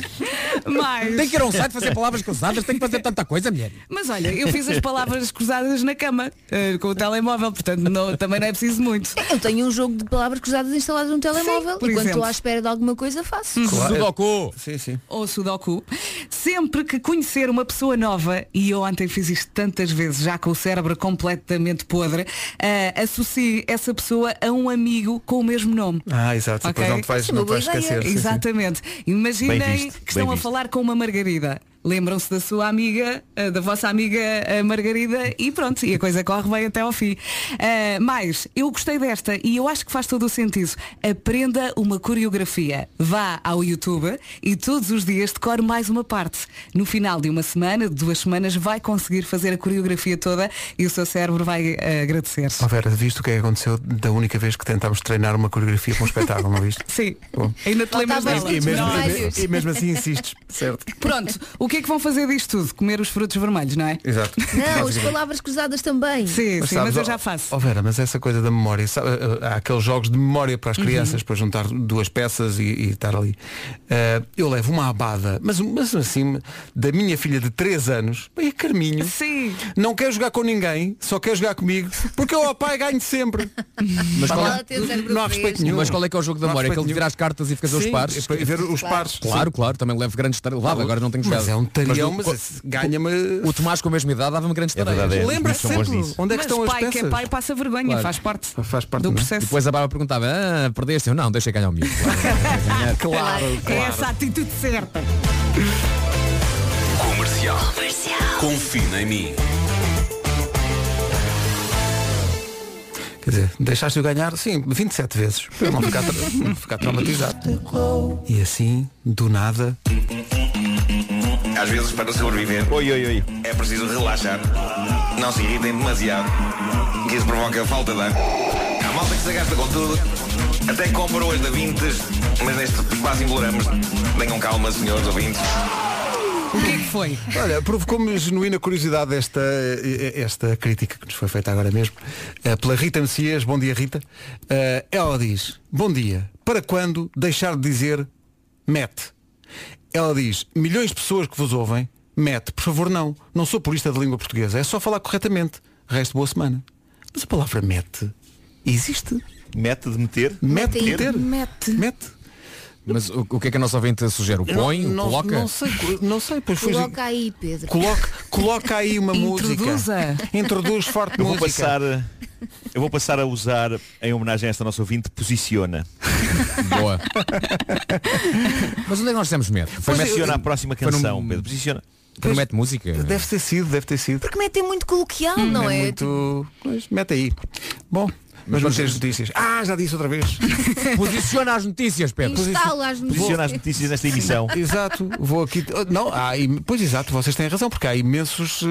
S2: Mais.
S6: Tenho que ir a um site fazer palavras cruzadas, tenho que fazer tanta coisa, mulher.
S2: Mas olha, eu fiz as palavras cruzadas na cama, eh, com o telemóvel, portanto não- também não é preciso muito.
S3: Eu tenho um jogo de palavras cruzadas instalado no telemóvel.
S2: por
S3: e quando
S2: exemplo.
S3: estou à espera de alguma coisa, faço.
S6: Sudoku.
S1: É, Sim, sim.
S2: Ou Sudoku. Sempre que conhecer uma pessoa nova, e eu ontem fiz isto tantas vezes, já com o cérebro completamente podre, eh, associo essa pessoa a um amigo com o mesmo nome.
S1: Ah, exato. Depois
S2: Ok?
S1: não te vais, não te vais esquecer. sim, sim.
S2: Exatamente. Imaginem
S1: Bem visto,
S2: que estão
S1: bem
S2: a
S1: visto.
S2: falar com uma Margarida. Lembram-se da sua amiga, eh, da vossa amiga eh, Margarida e pronto, e a coisa corre bem até ao fim. Eh, mas eu gostei desta e eu acho que faz todo o sentido. Aprenda uma coreografia. Vá ao YouTube e todos os dias decore mais uma parte. No final de uma semana, de duas semanas, vai conseguir fazer a coreografia toda e o seu cérebro vai eh, agradecer.
S1: Ó Vera, viste o que é que aconteceu da única vez que tentámos treinar uma coreografia para um espetáculo, não viste?
S2: Sim.
S1: Bom.
S2: Ainda te lembras dela?
S1: E, mesmo,
S2: Não. é
S1: e me- e mesmo assim insistes, certo?
S2: Pronto, o que é que vão fazer disto tudo? Comer os frutos vermelhos, não é?
S1: Exato.
S3: Não, as palavras cruzadas também.
S2: Sim, sim, mas
S1: sabes,
S2: eu
S1: ó-
S2: já faço.
S1: ó Vera, mas essa coisa da memória, sabe, eh, eh, há aqueles jogos de memória para as
S2: Uhum.
S1: crianças, para juntar duas peças e, e estar ali. Eh, eu levo uma abada, mas, mas assim, da minha filha de 3 anos, bem, é Carminho.
S2: Sim.
S1: Não quer jogar com ninguém, só quer jogar comigo, porque eu ao pai ganho sempre.
S6: Mas
S1: Pá,
S6: qual,
S3: é
S1: lá- é- não há respeito nenhum.
S6: Mas qual é que é o jogo da
S1: Não há
S6: memória? É que
S1: respeito
S6: ele vira as cartas e fica a fazer
S1: Sim,
S6: os pares.
S1: e ver os Claro. pares,
S6: Claro,
S1: sim.
S6: claro. Também levo grandes tareias. Levava, agora não tenho
S1: Mas
S6: jogado.
S1: é um tarião,
S6: no-
S1: mas
S6: co-
S1: esse ganha-me-
S6: O Tomás com a mesma idade dava-me grandes
S1: É
S6: tareias.
S1: verdade, é. Lembra-se São bons sempre. nisso. Onde é que
S2: mas
S1: estão as
S2: pai que é
S1: peças?
S2: pai passa vergonha,
S6: Claro.
S2: faz parte.
S1: Faz parte
S2: Do não é? processo.
S6: Depois a Bárbara perguntava, ah, perdeste? Eu não, deixa ganhar
S1: (laughs)
S6: o miúdo.
S2: (laughs)
S6: Claro,
S2: é essa a atitude certa.
S9: Comercial. Confina em mim.
S1: Quer dizer, deixaste-o ganhar, sim, 27 vezes, para ele não ficar, tra- (laughs) não ficar traumatizado. E assim, do nada,
S9: Ah, Às vezes, para sobreviver, oi, oi, oi. é preciso relaxar. Não se irritem demasiado, que isso provoca falta de ar. Há malta que se gasta com tudo. Até compram hoje da Vintes, mas neste quase embolamos. Tenham calma, senhores ouvintes.
S2: O que é que foi?
S1: Olha, provocou-me genuína curiosidade esta, eh, esta crítica que nos foi feita agora mesmo eh, pela Rita Messias. Bom dia, Rita. Eh, Ela diz, bom dia, para quando deixar de dizer mete? Ela diz, milhões de pessoas que vos ouvem, mete, por favor não, não sou purista de língua portuguesa, é só falar corretamente. Resto boa semana. Mas a palavra mete existe?
S7: Mete de meter?
S1: Mete
S3: Mete aí.
S1: de ter?
S2: Mete.
S1: Mete.
S6: Mas o, o que é que a nossa ouvinte sugere? O põe?
S1: não,
S6: o
S1: não-
S6: coloca?
S1: Não sei, não sei, pois é. foi-
S3: Coloca aí, Pedro.
S1: Coloque, coloca aí uma
S2: Introduza.
S1: música. Introduz forte
S7: Eu vou
S1: música.
S7: passar Eu vou passar a usar em homenagem a esta nossa ouvinte Posiciona
S1: (laughs)
S6: Boa Mas onde é que nós temos medo?
S7: Foi Posiciona a próxima canção Pedro Posiciona
S6: Promete música
S1: Deve ter sido, deve ter sido.
S3: Porque mete é muito coloquial, não é?
S1: Hum, muito. Pois, mete aí. Bom, mas vamos ter as notícias. Ah, já disse outra vez.
S6: Posiciona as notícias, Pedro
S3: Instala as
S7: Posiciona as
S3: notícias.
S7: notícias nesta emissão
S1: Exato, vou aqui. oh, Não, há, im- pois exato, vocês têm razão, porque há imensos.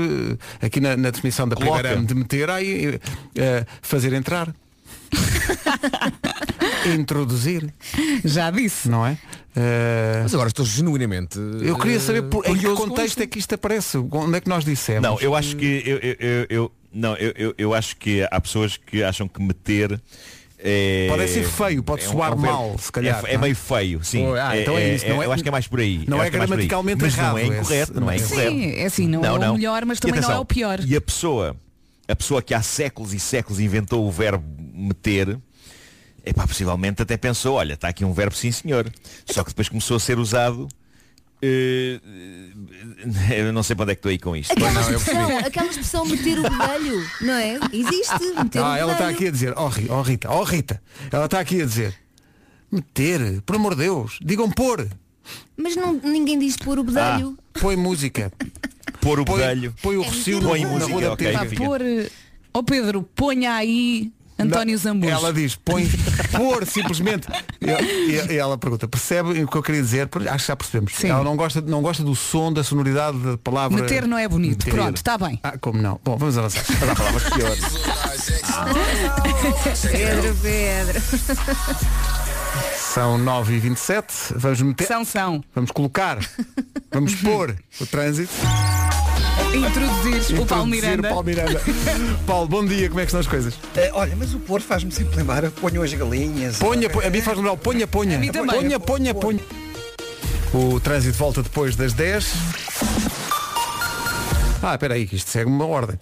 S1: eh, aqui na, na definição da
S7: Coloca.
S1: primeira de meter, há eh, eh, fazer entrar. Introduzir,
S2: Já disse.
S1: não é? Eh,
S6: Mas agora estou genuinamente eh,
S1: eu queria saber por, em que
S6: curioso com
S1: contexto
S6: isto.
S1: é que isto aparece, onde é que nós dissemos.
S7: Não, eu acho que eu, eu- eu- eu- não, eu, eu, eu acho que há pessoas que acham que meter é,
S1: Pode ser feio, pode
S7: é um-
S1: soar
S7: é um verbo.
S1: mal, se calhar.
S7: É, é
S1: não
S7: meio feio, sim.
S1: Oh, ah, então é isso, não é-
S7: eu acho que é mais por aí.
S1: não é
S7: Eu acho que mais por aí.
S1: gramaticalmente
S7: mas
S1: errado,
S7: não é
S1: esse-
S7: incorreto, não é
S1: Sim,
S7: incorreto.
S2: Sim, é assim, não, é o melhor, mas
S7: E
S2: também não é
S7: atenção,
S2: o pior.
S7: E a pessoa, a pessoa que há séculos e séculos inventou o verbo meter, epá, possivelmente até pensou, olha, está aqui um verbo sim senhor. Só que depois começou a ser usado. eh, eh, eu não sei para onde é que estou aí com isto.
S3: Aquela
S6: Não, eu
S3: expressão, Então, aquela expressão meter o bedelho, não é? Existe,
S1: (laughs)
S3: meter o
S1: Ah, ela está
S3: bedelho.
S1: aqui a dizer, ó Ri- ó Rita, ó Rita, ela está aqui a dizer, meter, por amor de Deus, digam pôr,
S3: Mas não, ninguém diz pôr o bedelho.
S1: põe música,
S7: Pôr o
S1: põe,
S7: bedelho.
S1: põe o
S3: É
S1: recio
S3: meter o
S1: na
S7: bedelho.
S1: rua da
S7: Ok,
S1: Betesga.
S2: Pá,
S7: fica.
S2: pôr. eh, Ó Pedro, ponha aí António Zambujo.
S1: Ela diz, põe, pôr simplesmente. E, e- e ela pergunta, percebe o que eu queria dizer? Acho que já percebemos.
S2: Sim.
S1: Ela não gosta, não gosta do som, da sonoridade da palavra.
S2: Meter não é bonito.
S1: meter.
S2: Pronto, está bem.
S1: Ah, como não? Bom, vamos avançar.
S7: Há palavras piores.
S3: Pedro, Pedro.
S1: São 9h27. Vamos meter.
S2: São, são.
S1: Vamos colocar. Vamos pôr o trânsito.
S2: Introduzir o Paulo
S1: Introduzir
S2: Miranda.
S1: o Paulo (laughs) Miranda. Paulo, bom dia, como é que estão as coisas?
S14: Eh, olha, mas o pôr faz-me sempre lembrar, ponho as galinhas.
S1: Ponha, ponha, a mim faz lembrar, o ponha, ponha.
S2: A mim também.
S1: Ponha, ponha, ponha. O trânsito volta depois das 10. Ah, espera aí, que isto segue uma ordem.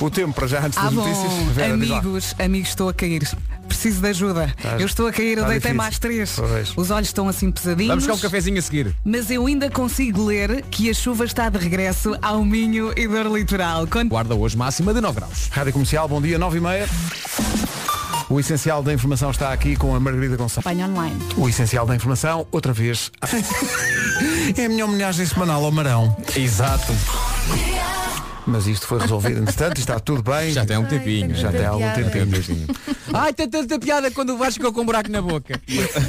S1: O tempo para já antes das
S2: Ah bom,
S1: notícias. (laughs) Vera, diz lá.
S2: amigos, amigos, estou a cair. Preciso de ajuda. eu estou a cair, eu
S1: tá
S2: deitei
S1: difícil.
S2: mais três.
S1: Pois.
S2: Os olhos estão assim pesadinhos.
S6: Vamos buscar um cafezinho a seguir
S2: Mas eu ainda consigo ler que a chuva está de regresso ao Minho e dor litoral. Quando...
S6: Guarda hoje máxima de 9 graus
S1: Rádio Comercial, bom dia, 9 e meia. O essencial da informação está aqui com a Margarida Gonçalves.
S2: Acompanhe online.
S1: O essencial da informação, outra vez. (laughs) é a minha homenagem semanal ao Marão.
S6: Exato
S1: Mas isto foi resolvido, entretanto, está tudo bem.
S6: Já tem um tempinho
S1: Já tem há algum
S3: Piada.
S1: tempinho.
S6: Ai, tem tanta piada quando o Vasco ficou com um buraco na boca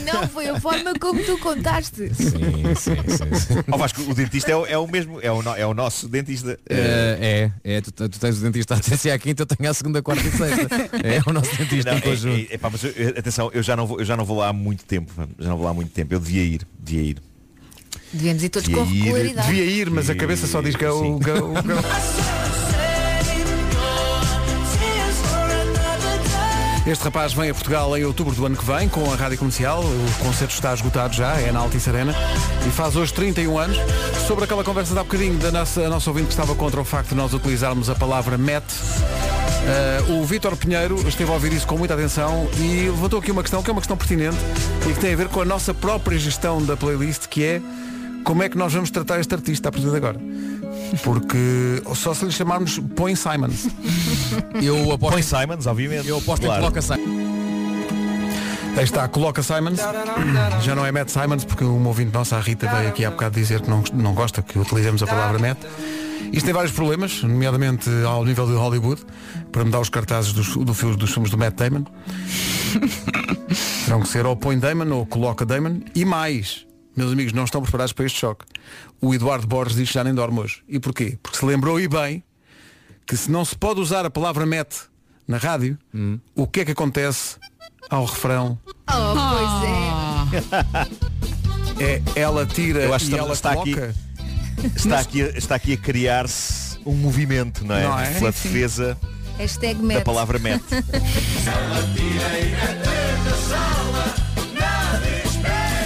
S3: Não, foi a forma como tu contaste.
S6: Sim, sim, sim, sim.
S7: Ó Vasco, o dentista é o, é o mesmo, é o, no- é o nosso dentista.
S6: Eh, é, é tu, tu tens o dentista até se à quinta, eu tenho à segunda, quarta e sexta. É o nosso dentista
S7: Não,
S6: em
S7: é-
S6: conjunto.
S7: é- epá, mas eu- eu- atenção, eu já, não vou, eu já não vou lá há muito tempo. Já não vou lá há muito tempo. Eu devia ir, devia ir.
S3: Devíamos ir todos
S7: E
S3: com
S7: aí,
S3: regularidade.
S1: Devia ir, mas a cabeça só diz que é o
S7: Sim.
S1: que é o- (laughs) que é o- Este rapaz vem a Portugal em outubro do ano que vem com a Rádio Comercial. O concerto está esgotado já, é na Altice Arena. E faz hoje 31 anos. Sobre aquela conversa de há bocadinho da nossa, a nossa ouvinte que estava contra o facto de nós utilizarmos a palavra MET. eh, o Vítor Pinheiro esteve a ouvir isso com muita atenção e levantou aqui uma questão que é uma questão pertinente e que tem a ver com a nossa própria gestão da playlist, que é como é que nós vamos tratar este artista a partir de agora. Porque só se lhe chamarmos Põe Simons.
S6: Eu aposto,
S7: Põe Simons, obviamente.
S6: eu aposto
S7: Claro.
S6: em coloca sai.
S1: Aí está, coloca Simons. Já não é Matt Simons, porque uma ouvinte nossa, a Rita, veio aqui há bocado dizer que não, não gosta que utilizemos a palavra Matt. Isto tem vários problemas, nomeadamente ao nível de Hollywood, para mudar os cartazes dos, do filme- dos filmes do Matt Damon. Terão que ser ou põe Damon ou coloca Damon. E mais, meus amigos, não estão preparados para este choque. O Eduardo Borges diz que já nem dorme hoje. E porquê? Porque se lembrou e bem que se não se pode usar a palavra Matt na rádio, o que é que acontece ao refrão
S3: Oh, pois é.
S1: é ela tira
S7: Eu acho que
S1: e
S7: estamos-
S1: ela
S7: está aqui-
S1: coloca.
S7: Está, aqui, a- está aqui a criar-se um movimento, não é?
S1: Não é?
S7: Pela
S1: Sim, sim.
S7: defesa
S3: Hashtag
S7: da
S3: mete.
S7: palavra mete.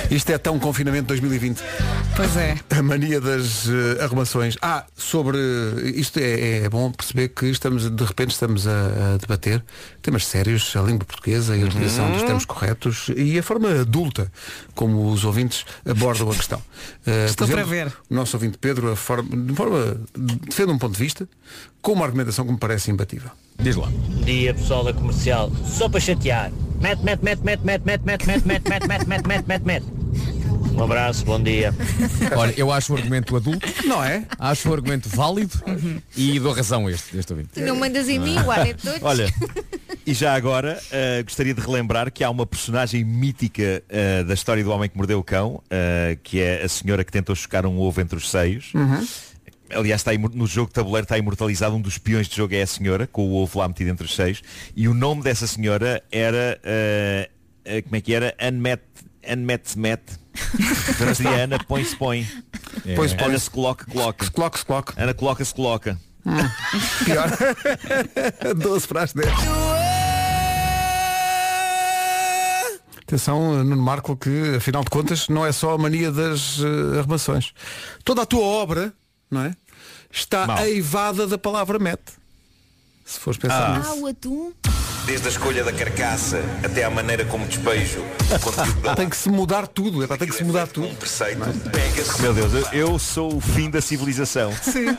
S1: Isto é tão confinamento 2020.
S2: Pois é.
S1: A mania das eh, arrumações. Ah, sobre. Isto é, é bom perceber que estamos, de repente, estamos a, a debater temas sérios, a língua portuguesa e a utilização
S15: Uhum.
S1: dos termos corretos e a forma adulta como os ouvintes abordam a questão. Eh,
S2: Estou
S1: por
S2: para ver.
S1: O nosso ouvinte Pedro, a forma, de forma, defende um ponto de vista com uma argumentação que me parece imbatível.
S6: Diz lá.
S16: Bom dia pessoal da comercial, só para chatear. Mete, mete, mete, mete, mete, mete, mete, mete, mete, mete, mete, mete, mete, mete, mete. Um abraço, bom dia.
S6: Olha, eu acho o argumento adulto.
S1: Não é?
S6: Acho o argumento válido e dou razão a este, este ouvinte.
S3: Tu não mandas em mim, é guarda em todos.
S7: Olha, (laughs) e já agora eh, gostaria de relembrar que há uma personagem mítica eh, da história do homem que mordeu o cão, eh, que é a senhora que tentou chocar um ovo entre os seios.
S1: Uhum.
S7: Aliás, está imor- no jogo de tabuleiro está imortalizado um dos peões de jogo é a senhora, com o ovo lá metido entre os seis. E o nome dessa senhora era. eh, eh, como é que era? Anmet. Anmet Met.
S1: (laughs)
S7: Traduzia Ana põe-se põe.
S1: É. Põe-se põe.
S7: Ana se coloca, coloca.
S1: coloca, se coloca.
S7: Ana coloca, se coloca.
S1: Pior. (laughs) 12 para as 10. Atenção, eh, Nuno Marco, que afinal de contas não é só a mania das eh, arrumações. Toda a tua obra, não é? Está aivada da palavra mete. Se fores pensar
S3: Ah, o atum.
S9: Desde a escolha da carcaça até à maneira como despejo o conteúdo da
S7: (laughs)
S9: um
S1: nisso. Tem que se mudar tudo, epá, tem que se mudar tudo.
S9: preceito, pega-se.
S7: Meu Deus, eu, eu sou o fim da civilização.
S1: Sim.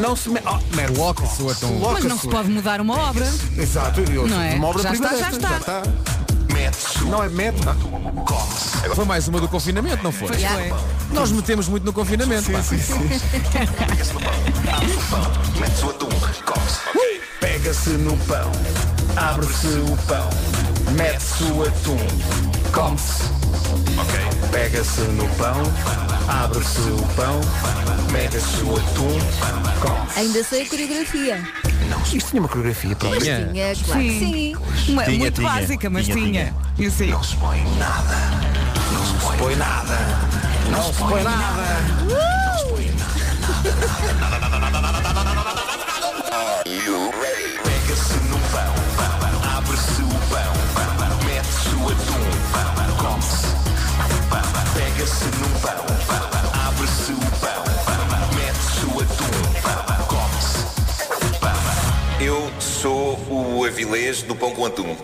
S1: Não se oh, mete.
S6: Coloca sua tão.
S2: Mas não se pode mudar uma
S1: É
S2: obra.
S1: Exato, eu-
S2: Não é?
S1: uma obra
S2: Já está,
S1: privada.
S2: já está.
S1: Não é mete.
S6: Foi mais uma do confinamento, não foi?
S2: Pois foi.
S6: Nós metemos muito no confinamento. pá.
S9: Mete-se o atum, come-se.
S15: Pega-se no pão, abre-se o pão, mete-se o atum, come-se.
S9: Ok.
S15: Pega-se no pão, abre-se o pão, mete-se o atum, come-se.
S3: Ainda sei a coreografia.
S1: Isto tinha uma coreografia para
S3: Mas tinha, claro que sim.
S2: Uma,
S1: Tinha,
S2: muito
S1: tinha.
S2: básica, mas
S1: Tinha,
S2: tinha. Isso aí.
S15: Não se põe nada, não se põe nada, não se põe nada.
S9: Pega-se no pão, abre-se o pão, mete-se o atum, come-se. Pega-se no pão, abre-se o pão, mete-se o atum, come-se. Eu sou o avilés do pão com atum.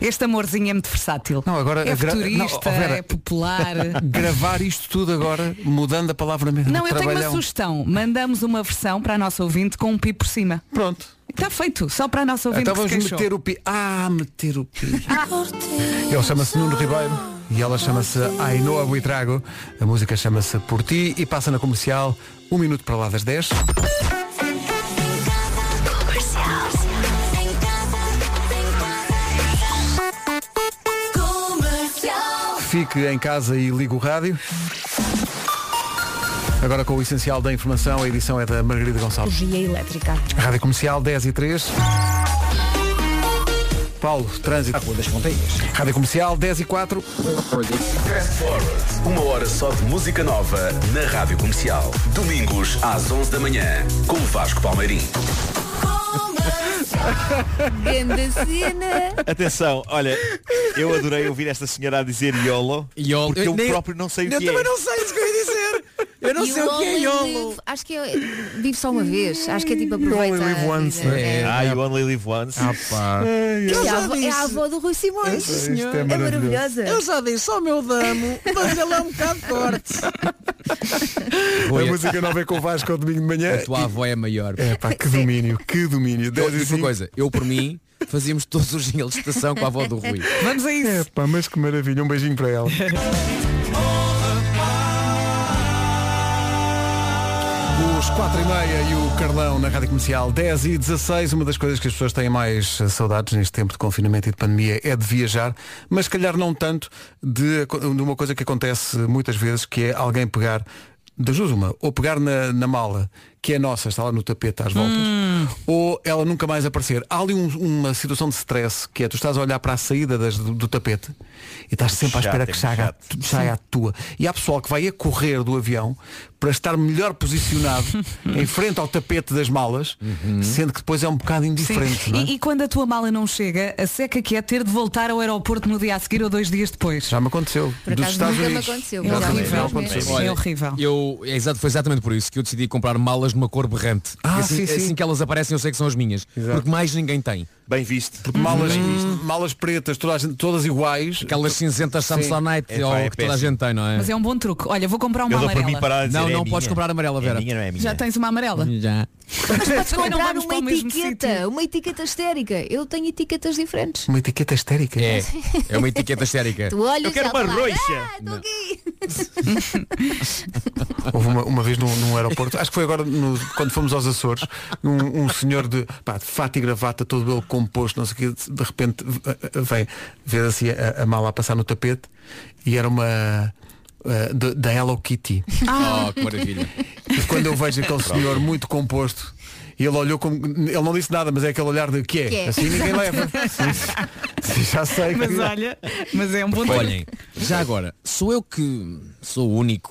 S2: Este amorzinho é muito versátil. Não,
S1: agora
S2: é
S1: gra-
S2: futurista,
S1: não, oh, Vera. (laughs)
S2: é popular.
S1: Gravar isto tudo agora, mudando a palavra mesmo.
S2: Não, eu tenho uma
S1: Trabalhão.
S2: sugestão. Mandamos uma versão para a nossa ouvinte com um pi por cima.
S1: Pronto.
S2: Está feito, só para a nossa ouvinte
S1: Então
S2: que se
S1: vamos
S2: queixou.
S1: meter o pi. Ah, meter o pi. Ele chama-se Nuno Ribeiro e ela chama-se Ainoa Buitrago. A música chama-se Por Ti e passa na comercial um minuto para lá das 10. Fique em casa e ligue o rádio. Agora com o essencial da informação, a edição é da Margarida Gonçalves.
S17: Energia elétrica.
S1: Rádio Comercial 10 e 3. Paulo, trânsito. A Rua das Ponteiras. Rádio Comercial 10 e 4.
S15: Fast Forward, uma hora só de música nova na Rádio Comercial. Domingos às 11 da manhã, com Vasco Palmeirim.
S3: Grande cena.
S7: Atenção, olha, eu adorei ouvir esta senhora a dizer YOLO, porque eu,
S6: nem-
S7: próprio não sei o
S6: eu
S7: que é.
S6: também não sei isso que eu ia dizer. Eu não
S3: E
S6: sei o que é
S3: Only
S6: YOLO.
S3: Live, Acho que é, vive só uma vez. Acho que é tipo aproveitar.
S7: É, Ah, you only live once.
S6: Ah,
S3: É,
S6: Eu
S3: a,
S6: já
S3: avó- é
S6: disse.
S3: a avó do Rui Simões.
S6: Sim, senhor.
S3: é, maravilhosa.
S6: Eu já disse ao meu damo, mas ele é um bocado forte.
S1: A música nova é com o Vasco ao domingo de manhã.
S6: A tua avó é maior.
S1: É pá, que domínio, que domínio.
S6: Eu
S1: 10 e
S6: digo uma
S1: 5.
S6: coisa, eu por mim fazíamos todos os jingles de estação com
S1: (laughs)
S6: a avó do Rui.
S2: Vamos a isso.
S1: É pá, mas que maravilha. Um beijinho para ela. Os 4 e meia e o Carlão na Rádio Comercial 10 e 16. Uma das coisas que as pessoas têm mais eh, saudades neste tempo de confinamento e de pandemia é de viajar, mas se calhar não tanto de, de uma coisa que acontece muitas vezes, que é alguém pegar, das duas uma, ou pegar na, na mala, que é nossa, está lá no tapete às voltas, ou ela nunca mais aparecer. Há ali um- uma situação de stress que é tu estás a olhar para a saída das- do, do tapete e estás sempre à
S7: chato,
S1: espera
S7: é
S1: que
S7: muito
S1: saia,
S7: chato.
S1: a- saia a tua. E há pessoal que vai a correr do avião para estar melhor
S2: (laughs)
S1: posicionado em frente ao tapete das malas, sendo que depois é um bocado
S2: Uhum. Sim.
S1: indiferente. não é?
S2: E, e quando a tua mala não chega, a seca que é ter de voltar ao aeroporto no dia a seguir ou dois dias depois.
S1: Já me aconteceu.
S2: Por
S1: Dos
S2: acaso
S1: Estados
S2: nunca me
S1: Unidos.
S2: aconteceu,
S1: Já
S2: mas
S1: aconteceu,
S2: horrível.
S1: já aconteceu.
S2: mesmo. É horrível.
S6: Eu, é exato, foi exatamente por isso que eu decidi comprar malas numa cor berrante.
S1: Ah,
S6: E assim,
S1: sim, sim.
S6: assim que elas aparecem eu sei que são as minhas. Porque mais ninguém tem.
S7: Bem visto. Uhum.
S1: Porque malas, malas pretas, toda a gente- todas iguais.
S6: Aquelas cinzentas
S1: Sim.
S6: Samsonite
S1: Epá,
S6: ou
S1: é
S6: que toda a
S1: péssimo.
S6: gente tem, não é?
S2: Mas é um bom truque. Olha, vou comprar uma amarela.
S6: não,
S7: é
S6: não podes comprar amarela, Vera.
S1: É.
S2: Já tens uma amarela?
S1: Uhum.
S6: Já.
S3: Mas podes
S2: Também não
S3: comprar
S2: vamos
S3: uma
S2: para o mesmo
S3: etiqueta, uma etiqueta histérica. Eu tenho etiquetas diferentes.
S1: Uma etiqueta histérica. (laughs)
S6: É, é uma etiqueta histérica.
S3: Tu olhas
S6: Eu quero
S3: já
S6: uma
S3: falar,
S6: roixa.
S3: Ah, estou aqui.
S1: Houve uma, uma vez num, num aeroporto, acho que foi agora no- quando fomos aos Açores, um, um senhor de, pá, de fato e gravata, todo ele composto, não sei o quê, de- de repente v- eh, vem ver assim a, a mala a passar no tapete e era uma eh, de- da Hello Kitty.
S6: Ah. Oh, que maravilha.
S1: E quando eu vejo aquele senhor muito composto, e ele olhou como. Ele não disse nada, mas é aquele olhar de que é?
S2: Que é,
S1: Assim ninguém
S2: exato. (laughs)
S1: leva. Sim, Já sei que-
S2: Mas olha, mas é um bom truque.
S6: Olhem, já agora, sou eu que sou o único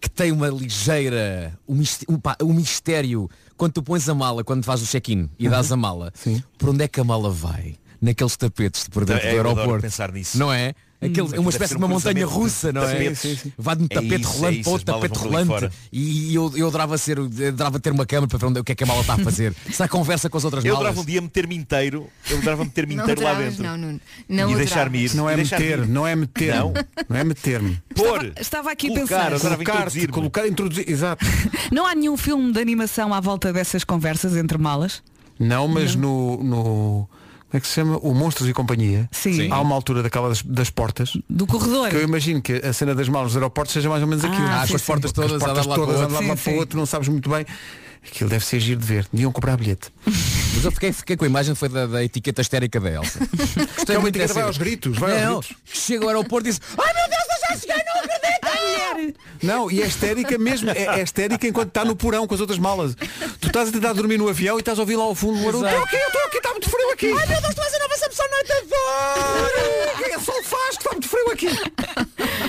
S6: que tem uma ligeira, um, miste- um, pá, um mistério quando tu pões a mala, quando fazes o check-in
S7: Uhum.
S6: e dás a mala, por onde é que a mala vai? Naqueles tapetes de por dentro
S7: É,
S6: do
S7: eu adoro
S6: aeroporto.
S7: pensar nisso.
S6: Não é? Aquele,
S7: Hum.
S6: é uma
S7: Deve
S6: espécie
S7: ser
S6: de uma
S7: um
S6: montanha
S7: cruzamento de
S6: russa, não é?
S7: tapetes. Sim, sim.
S6: Vai de um
S7: É
S6: tapete
S7: isso, é
S6: rolante
S7: isso,
S6: para outro
S7: as malas
S6: tapete
S7: vão por ali
S6: rolante
S7: fora.
S6: e eu, eu adorava ser, eu adorava ter uma câmera para ver onde- o que é que a mala está a
S7: (laughs)
S6: fazer. Se há conversa com as outras
S7: Eu
S6: malas.
S7: adorava um dia meter-me inteiro, eu adorava meter-me
S3: Não
S7: inteiro lá
S3: adoravas,
S7: dentro.
S3: não, Nuno. Não
S7: e
S3: adoravas.
S7: deixar-me ir.
S1: Não é
S7: e deixar-me
S1: meter,
S7: ir.
S1: não é meter.
S7: Não.
S1: Não, é meter-me. É
S7: Pôr.
S2: Estava aqui a
S7: Colocar,
S2: pensar.
S7: adorava
S1: Colocar-te,
S7: introduzir-me.
S1: colocar, introduzir. Exato.
S2: Não há nenhum filme de animação à volta dessas conversas entre malas?
S1: Não, mas No, no. Como é que se chama? O Monstros e Companhia.
S2: Sim.
S1: Há uma altura daquela das, das portas.
S2: Do corredor.
S1: Que eu imagino que a cena das malas dos aeroportos seja mais ou menos
S2: Ah,
S1: aquilo.
S2: Ah, sim, com as sim. portas
S1: Porque as
S6: todas a
S1: portas
S6: dar lá para o
S1: todas a
S6: outro.
S1: dar lá
S6: Sim,
S1: para o
S6: sim.
S1: outro, não sabes muito bem. Aquilo deve ser giro de ver. Deviam comprar bilhete.
S6: Mas eu fiquei, fiquei com a imagem foi da, da etiqueta histérica da
S7: (laughs)
S6: Elsa.
S1: Que é uma
S6: muito
S1: etiqueta,
S6: dessa-
S1: vai aos gritos, vai aos
S6: Não,
S1: gritos.
S6: Chega ao aeroporto e diz Ai meu Deus, eu já cheguei, não acredito!
S1: Não, e é histérica mesmo, é, é histérica enquanto está no porão com as outras malas. Tu estás a tentar dormir no avião e estás a ouvir lá ao fundo o barulho.
S6: Exato.
S1: Estou aqui, eu estou aqui, está muito frio aqui.
S6: Ai meu Deus, tu és a nova Samsung
S1: é
S6: Night
S1: O que é que o sol faz que está muito frio aqui?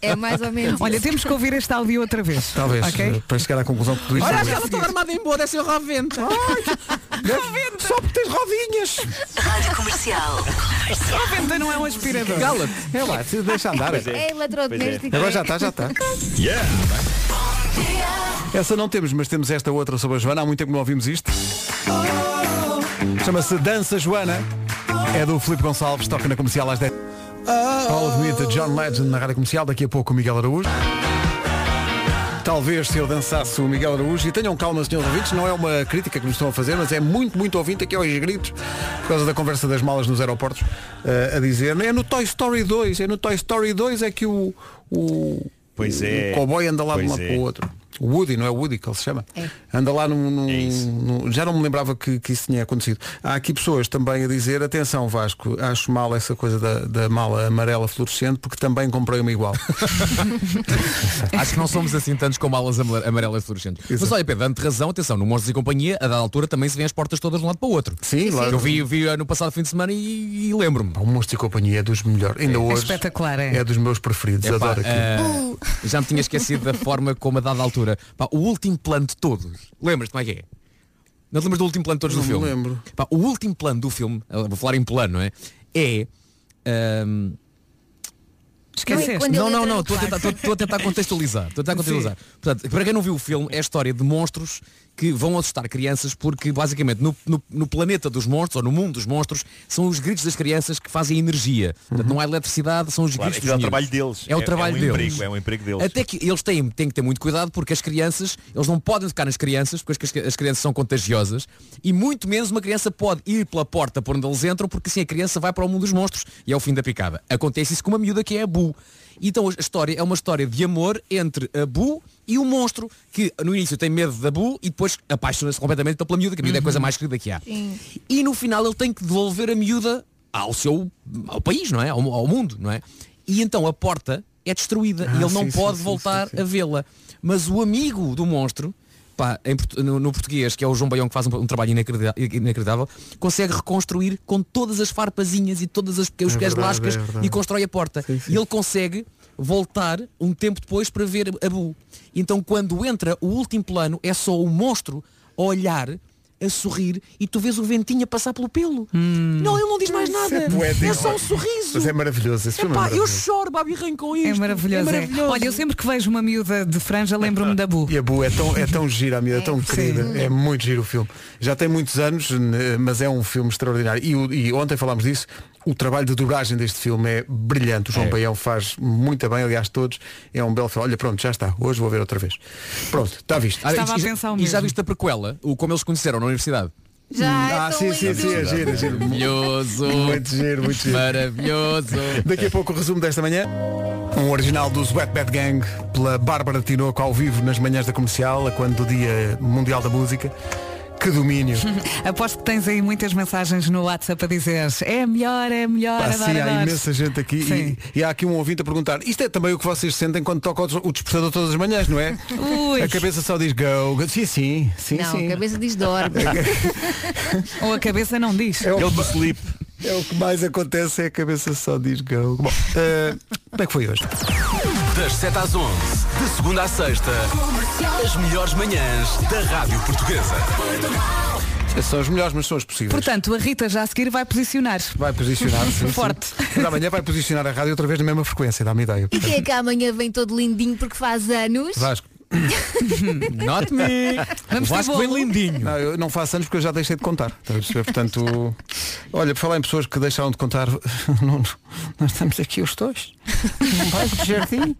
S3: É mais ou menos.
S2: Olha, temos que ouvir este áudio outra vez.
S1: Talvez,
S2: Ok?
S1: eh, para chegar à conclusão que tudo isto é um erro.
S6: toda armada em boa, deve ser roventa.
S1: Só porque tens rodinhas.
S8: Rádio Comercial.
S2: Roventa não é um aspirador.
S1: Cala-te. É lá, se deixa andar.
S7: Pois é.
S3: É eletrodoméstico.
S1: Agora já tá- está, já está.
S7: Yeah.
S1: Essa não temos, mas temos esta outra sobre a Joana. Há muito tempo que não ouvimos isto. Chama-se Dança Joana. É do Filipe Gonçalves, toca na comercial às 10. All of Me de John Legend na rádio comercial. Daqui a pouco o Miguel Araújo. Talvez se eu dançasse o Miguel Araújo, e tenham calma, senhores ouvintes, não é uma crítica que nos estão a fazer, mas é muito, muito ouvinte aqui aos gritos, por causa da conversa das malas nos aeroportos, eh, a dizer, é no Toy Story 2, é no Toy Story 2 é que o, o,
S7: Pois é.
S1: o cowboy anda lá de um
S7: Pois
S1: lado
S7: é.
S1: para o outro. O Woody, não é o Woody que ele se chama?
S3: É.
S1: Anda lá num. num- num- já não me lembrava que, que isso tinha acontecido. Há aqui pessoas também a dizer, atenção Vasco, acho mal essa coisa da, da mala amarela fluorescente porque também comprei uma igual.
S6: Acho que não somos assim tantos com malas amar- amarelas fluorescentes. Mas olha, Pedro, dando razão, atenção, no Monstros e Companhia, a dada altura também se vêem as portas todas de um lado para o outro.
S1: Sim, lá-
S6: Eu vi, vi no passado fim de semana e, e lembro-me.
S1: O Monstro e Companhia é dos melhores. Ainda
S2: É
S1: hoje
S2: espetacular, é?
S1: é dos meus preferidos.
S6: Epá,
S1: Adoro aquilo.
S6: eh, já me tinha esquecido da forma como a dada altura. Pá, o último plano de todos. Lembras-te como é que é? Não te lembras do último plano de todos
S1: Não
S6: do
S1: me
S6: filme?
S1: lembro.
S6: Pá, o último plano do filme, eh, vou falar em plano, não é? É. ehm, ahm,
S2: Esqueceste?
S3: Quando ele
S6: não, não,
S3: entra
S6: não,
S3: no
S6: estou a tentar,
S3: quarto.
S6: estou- estou a tentar contextualizar. Estou a tentar contextualizar. Portanto, para quem não viu o filme, é a história de monstros que vão assustar crianças porque basicamente no, no- no planeta dos monstros, ou no mundo dos monstros, são os gritos das crianças que fazem energia. Portanto,
S3: Uhum.
S6: não há eletricidade, são os
S7: Claro,
S6: gritos
S7: aquilo é o
S6: dos miúdos.
S7: trabalho deles.
S6: É o trabalho
S7: um
S6: deles.
S7: Emprego, é um emprego deles.
S6: Até que eles têm, têm que ter muito cuidado porque as crianças, eles não podem tocar nas crianças porque as, as crianças são contagiosas e muito menos uma criança pode ir pela porta por onde eles entram porque assim a criança vai para o mundo dos monstros e é o fim da picada. Acontece isso com uma miúda que é a Bu. Então a história é uma história de amor entre a Bu e o monstro que no início tem medo da Bu e depois apaixona-se completamente pela miúda, que a miúda é a coisa mais querida que há. E no final ele tem que devolver a miúda ao seu ao país, não é? Ao, ao mundo, não é? E então a porta é destruída
S1: Ah,
S6: e ele
S1: sim,
S6: não
S1: sim,
S6: pode
S1: sim,
S6: voltar
S1: sim, sim.
S6: a vê-la. Mas o amigo do monstro pá, em portu- no, no português, que é o João Baião que faz um, um trabalho inacredita- inacreditável, consegue reconstruir com todas as farpazinhas e todas as pequenas
S16: É
S6: pequenas
S16: verdade,
S6: lascas
S16: é verdade.
S6: e constrói a porta. E ele consegue voltar um tempo depois para ver a Bu. Então quando entra o último plano é só o monstro a olhar a sorrir e tu vês o ventinho a passar pelo pelo. Não, ele não diz mais
S1: Hum.
S6: nada.
S1: Isso é poético.
S6: É, só um sorriso.
S1: Mas é maravilhoso. Esse filme é
S6: Epá, eu
S1: maravilhoso.
S6: choro, Babi Rain com isto.
S2: É maravilhoso, é. Olha, eu sempre que vejo uma miúda de franja lembro-me
S1: (laughs)
S2: da Bu.
S1: E a Bu é tão, é tão gira, a miúda, é tão querida. É muito giro o filme. Já tem muitos anos, n- mas é um filme extraordinário. E, o- e ontem falámos disso. O trabalho de dobragem deste filme é brilhante. O João
S6: É.
S1: Baião faz muito bem, aliás, todos. É um belo filme. Olha, pronto, já está. Hoje vou ver outra vez. Pronto, está visto.
S6: Olha, e, e já viste a prequela, o como eles se conheceram na universidade?
S1: Já, Ah, é tão sim,
S3: um
S1: sim, lindo. sim, é giro, é giro.
S6: Maravilhoso.
S1: Muito giro, muito giro.
S6: Maravilhoso.
S1: Daqui a pouco o resumo desta manhã. Um original dos Wet Bad Gang pela Bárbara Tinoco ao vivo nas manhãs da comercial, a quando do Dia Mundial da Música. Que domínio.
S2: Aposto que tens aí muitas mensagens no WhatsApp a dizer é melhor, é melhor,
S1: Pá,
S2: adoro,
S1: sim, há
S2: adoro."
S1: imensa gente aqui
S2: Sim.
S1: e, e há aqui um ouvinte a perguntar Isto é também o que vocês sentem quando toca o des- o despertador todas as manhãs, não é?
S2: Ui.
S1: A cabeça só diz go, go. Sim, sim, sim,
S3: não,
S1: sim
S3: a cabeça diz dorme.
S2: Ou a cabeça não diz.
S1: É o, é o que mais acontece é a cabeça só diz go Bom, eh, como é que foi hoje?
S15: Das 7 às 11, de segunda à sexta, as melhores manhãs da Rádio Portuguesa.
S1: São as melhores, mas são as possíveis
S2: Portanto, a Rita já a seguir vai posicionar.
S1: Vai posicionar sim, sim.
S2: Forte.
S1: Mas amanhã vai posicionar a rádio outra vez na mesma frequência, dá-me ideia
S3: E quem é que amanhã vem todo lindinho porque faz anos?
S2: (laughs)
S1: Vasco
S6: Not me. Vamos ter Vasco bolo. bem lindinho.
S1: Não, eu não faço anos porque eu já deixei de contar. Estás a perceber? Portanto, olha, por falar em pessoas que deixaram de contar, (laughs) não, nós estamos aqui os dois. Um bairro de jardim.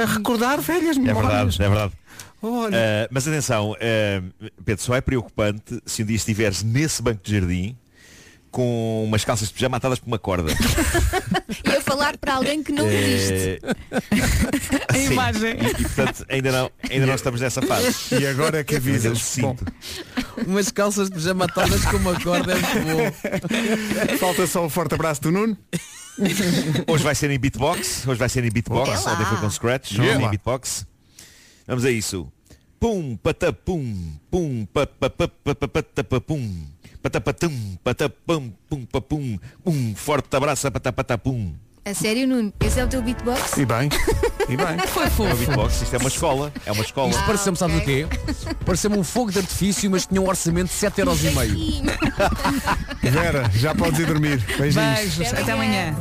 S1: A recordar velhas
S7: É
S1: memórias.
S7: verdade, é verdade.
S1: Olha.
S7: Ah, mas atenção, ah, Pedro, só é preocupante se um dia estiveres nesse banco de jardim com umas calças de pijama atadas por uma corda.
S3: E a falar para alguém que não existe.
S7: Eh, (laughs) sim. E, e, portanto, ainda não, ainda não estamos nessa (laughs) fase.
S1: E agora é que
S7: Mas eu
S1: avisas.
S7: sinto.
S6: Umas calças de pijama atadas com uma corda é muito bom.
S1: Falta só um forte abraço do Nuno.
S7: Hoje vai ser em beatbox. Hoje vai ser em beatbox.
S1: Opa.
S7: Ontem foi com scratch.
S1: Vamos
S7: Hoje é
S1: lá.
S7: em beatbox. Vamos a isso. Pum, patapum, pum, patapatapum, patapatum, patapum, pum, papum, um forte abraço, patapatapum.
S3: A sério, Nuno? Esse é o teu beatbox?
S1: E bem, e (laughs) bem.
S2: Foi
S7: É um beatbox, isto é uma escola, é uma escola.
S6: Isto pareceu-me,
S2: Ah,
S6: sabes o quê? Pareceu-me um fogo de artifício, mas tinha um orçamento de 7,5€.
S1: Vera, já podes ir dormir.
S8: (laughs)
S1: Beijinhos.
S8: oh,
S2: Beijos. Até amanhã.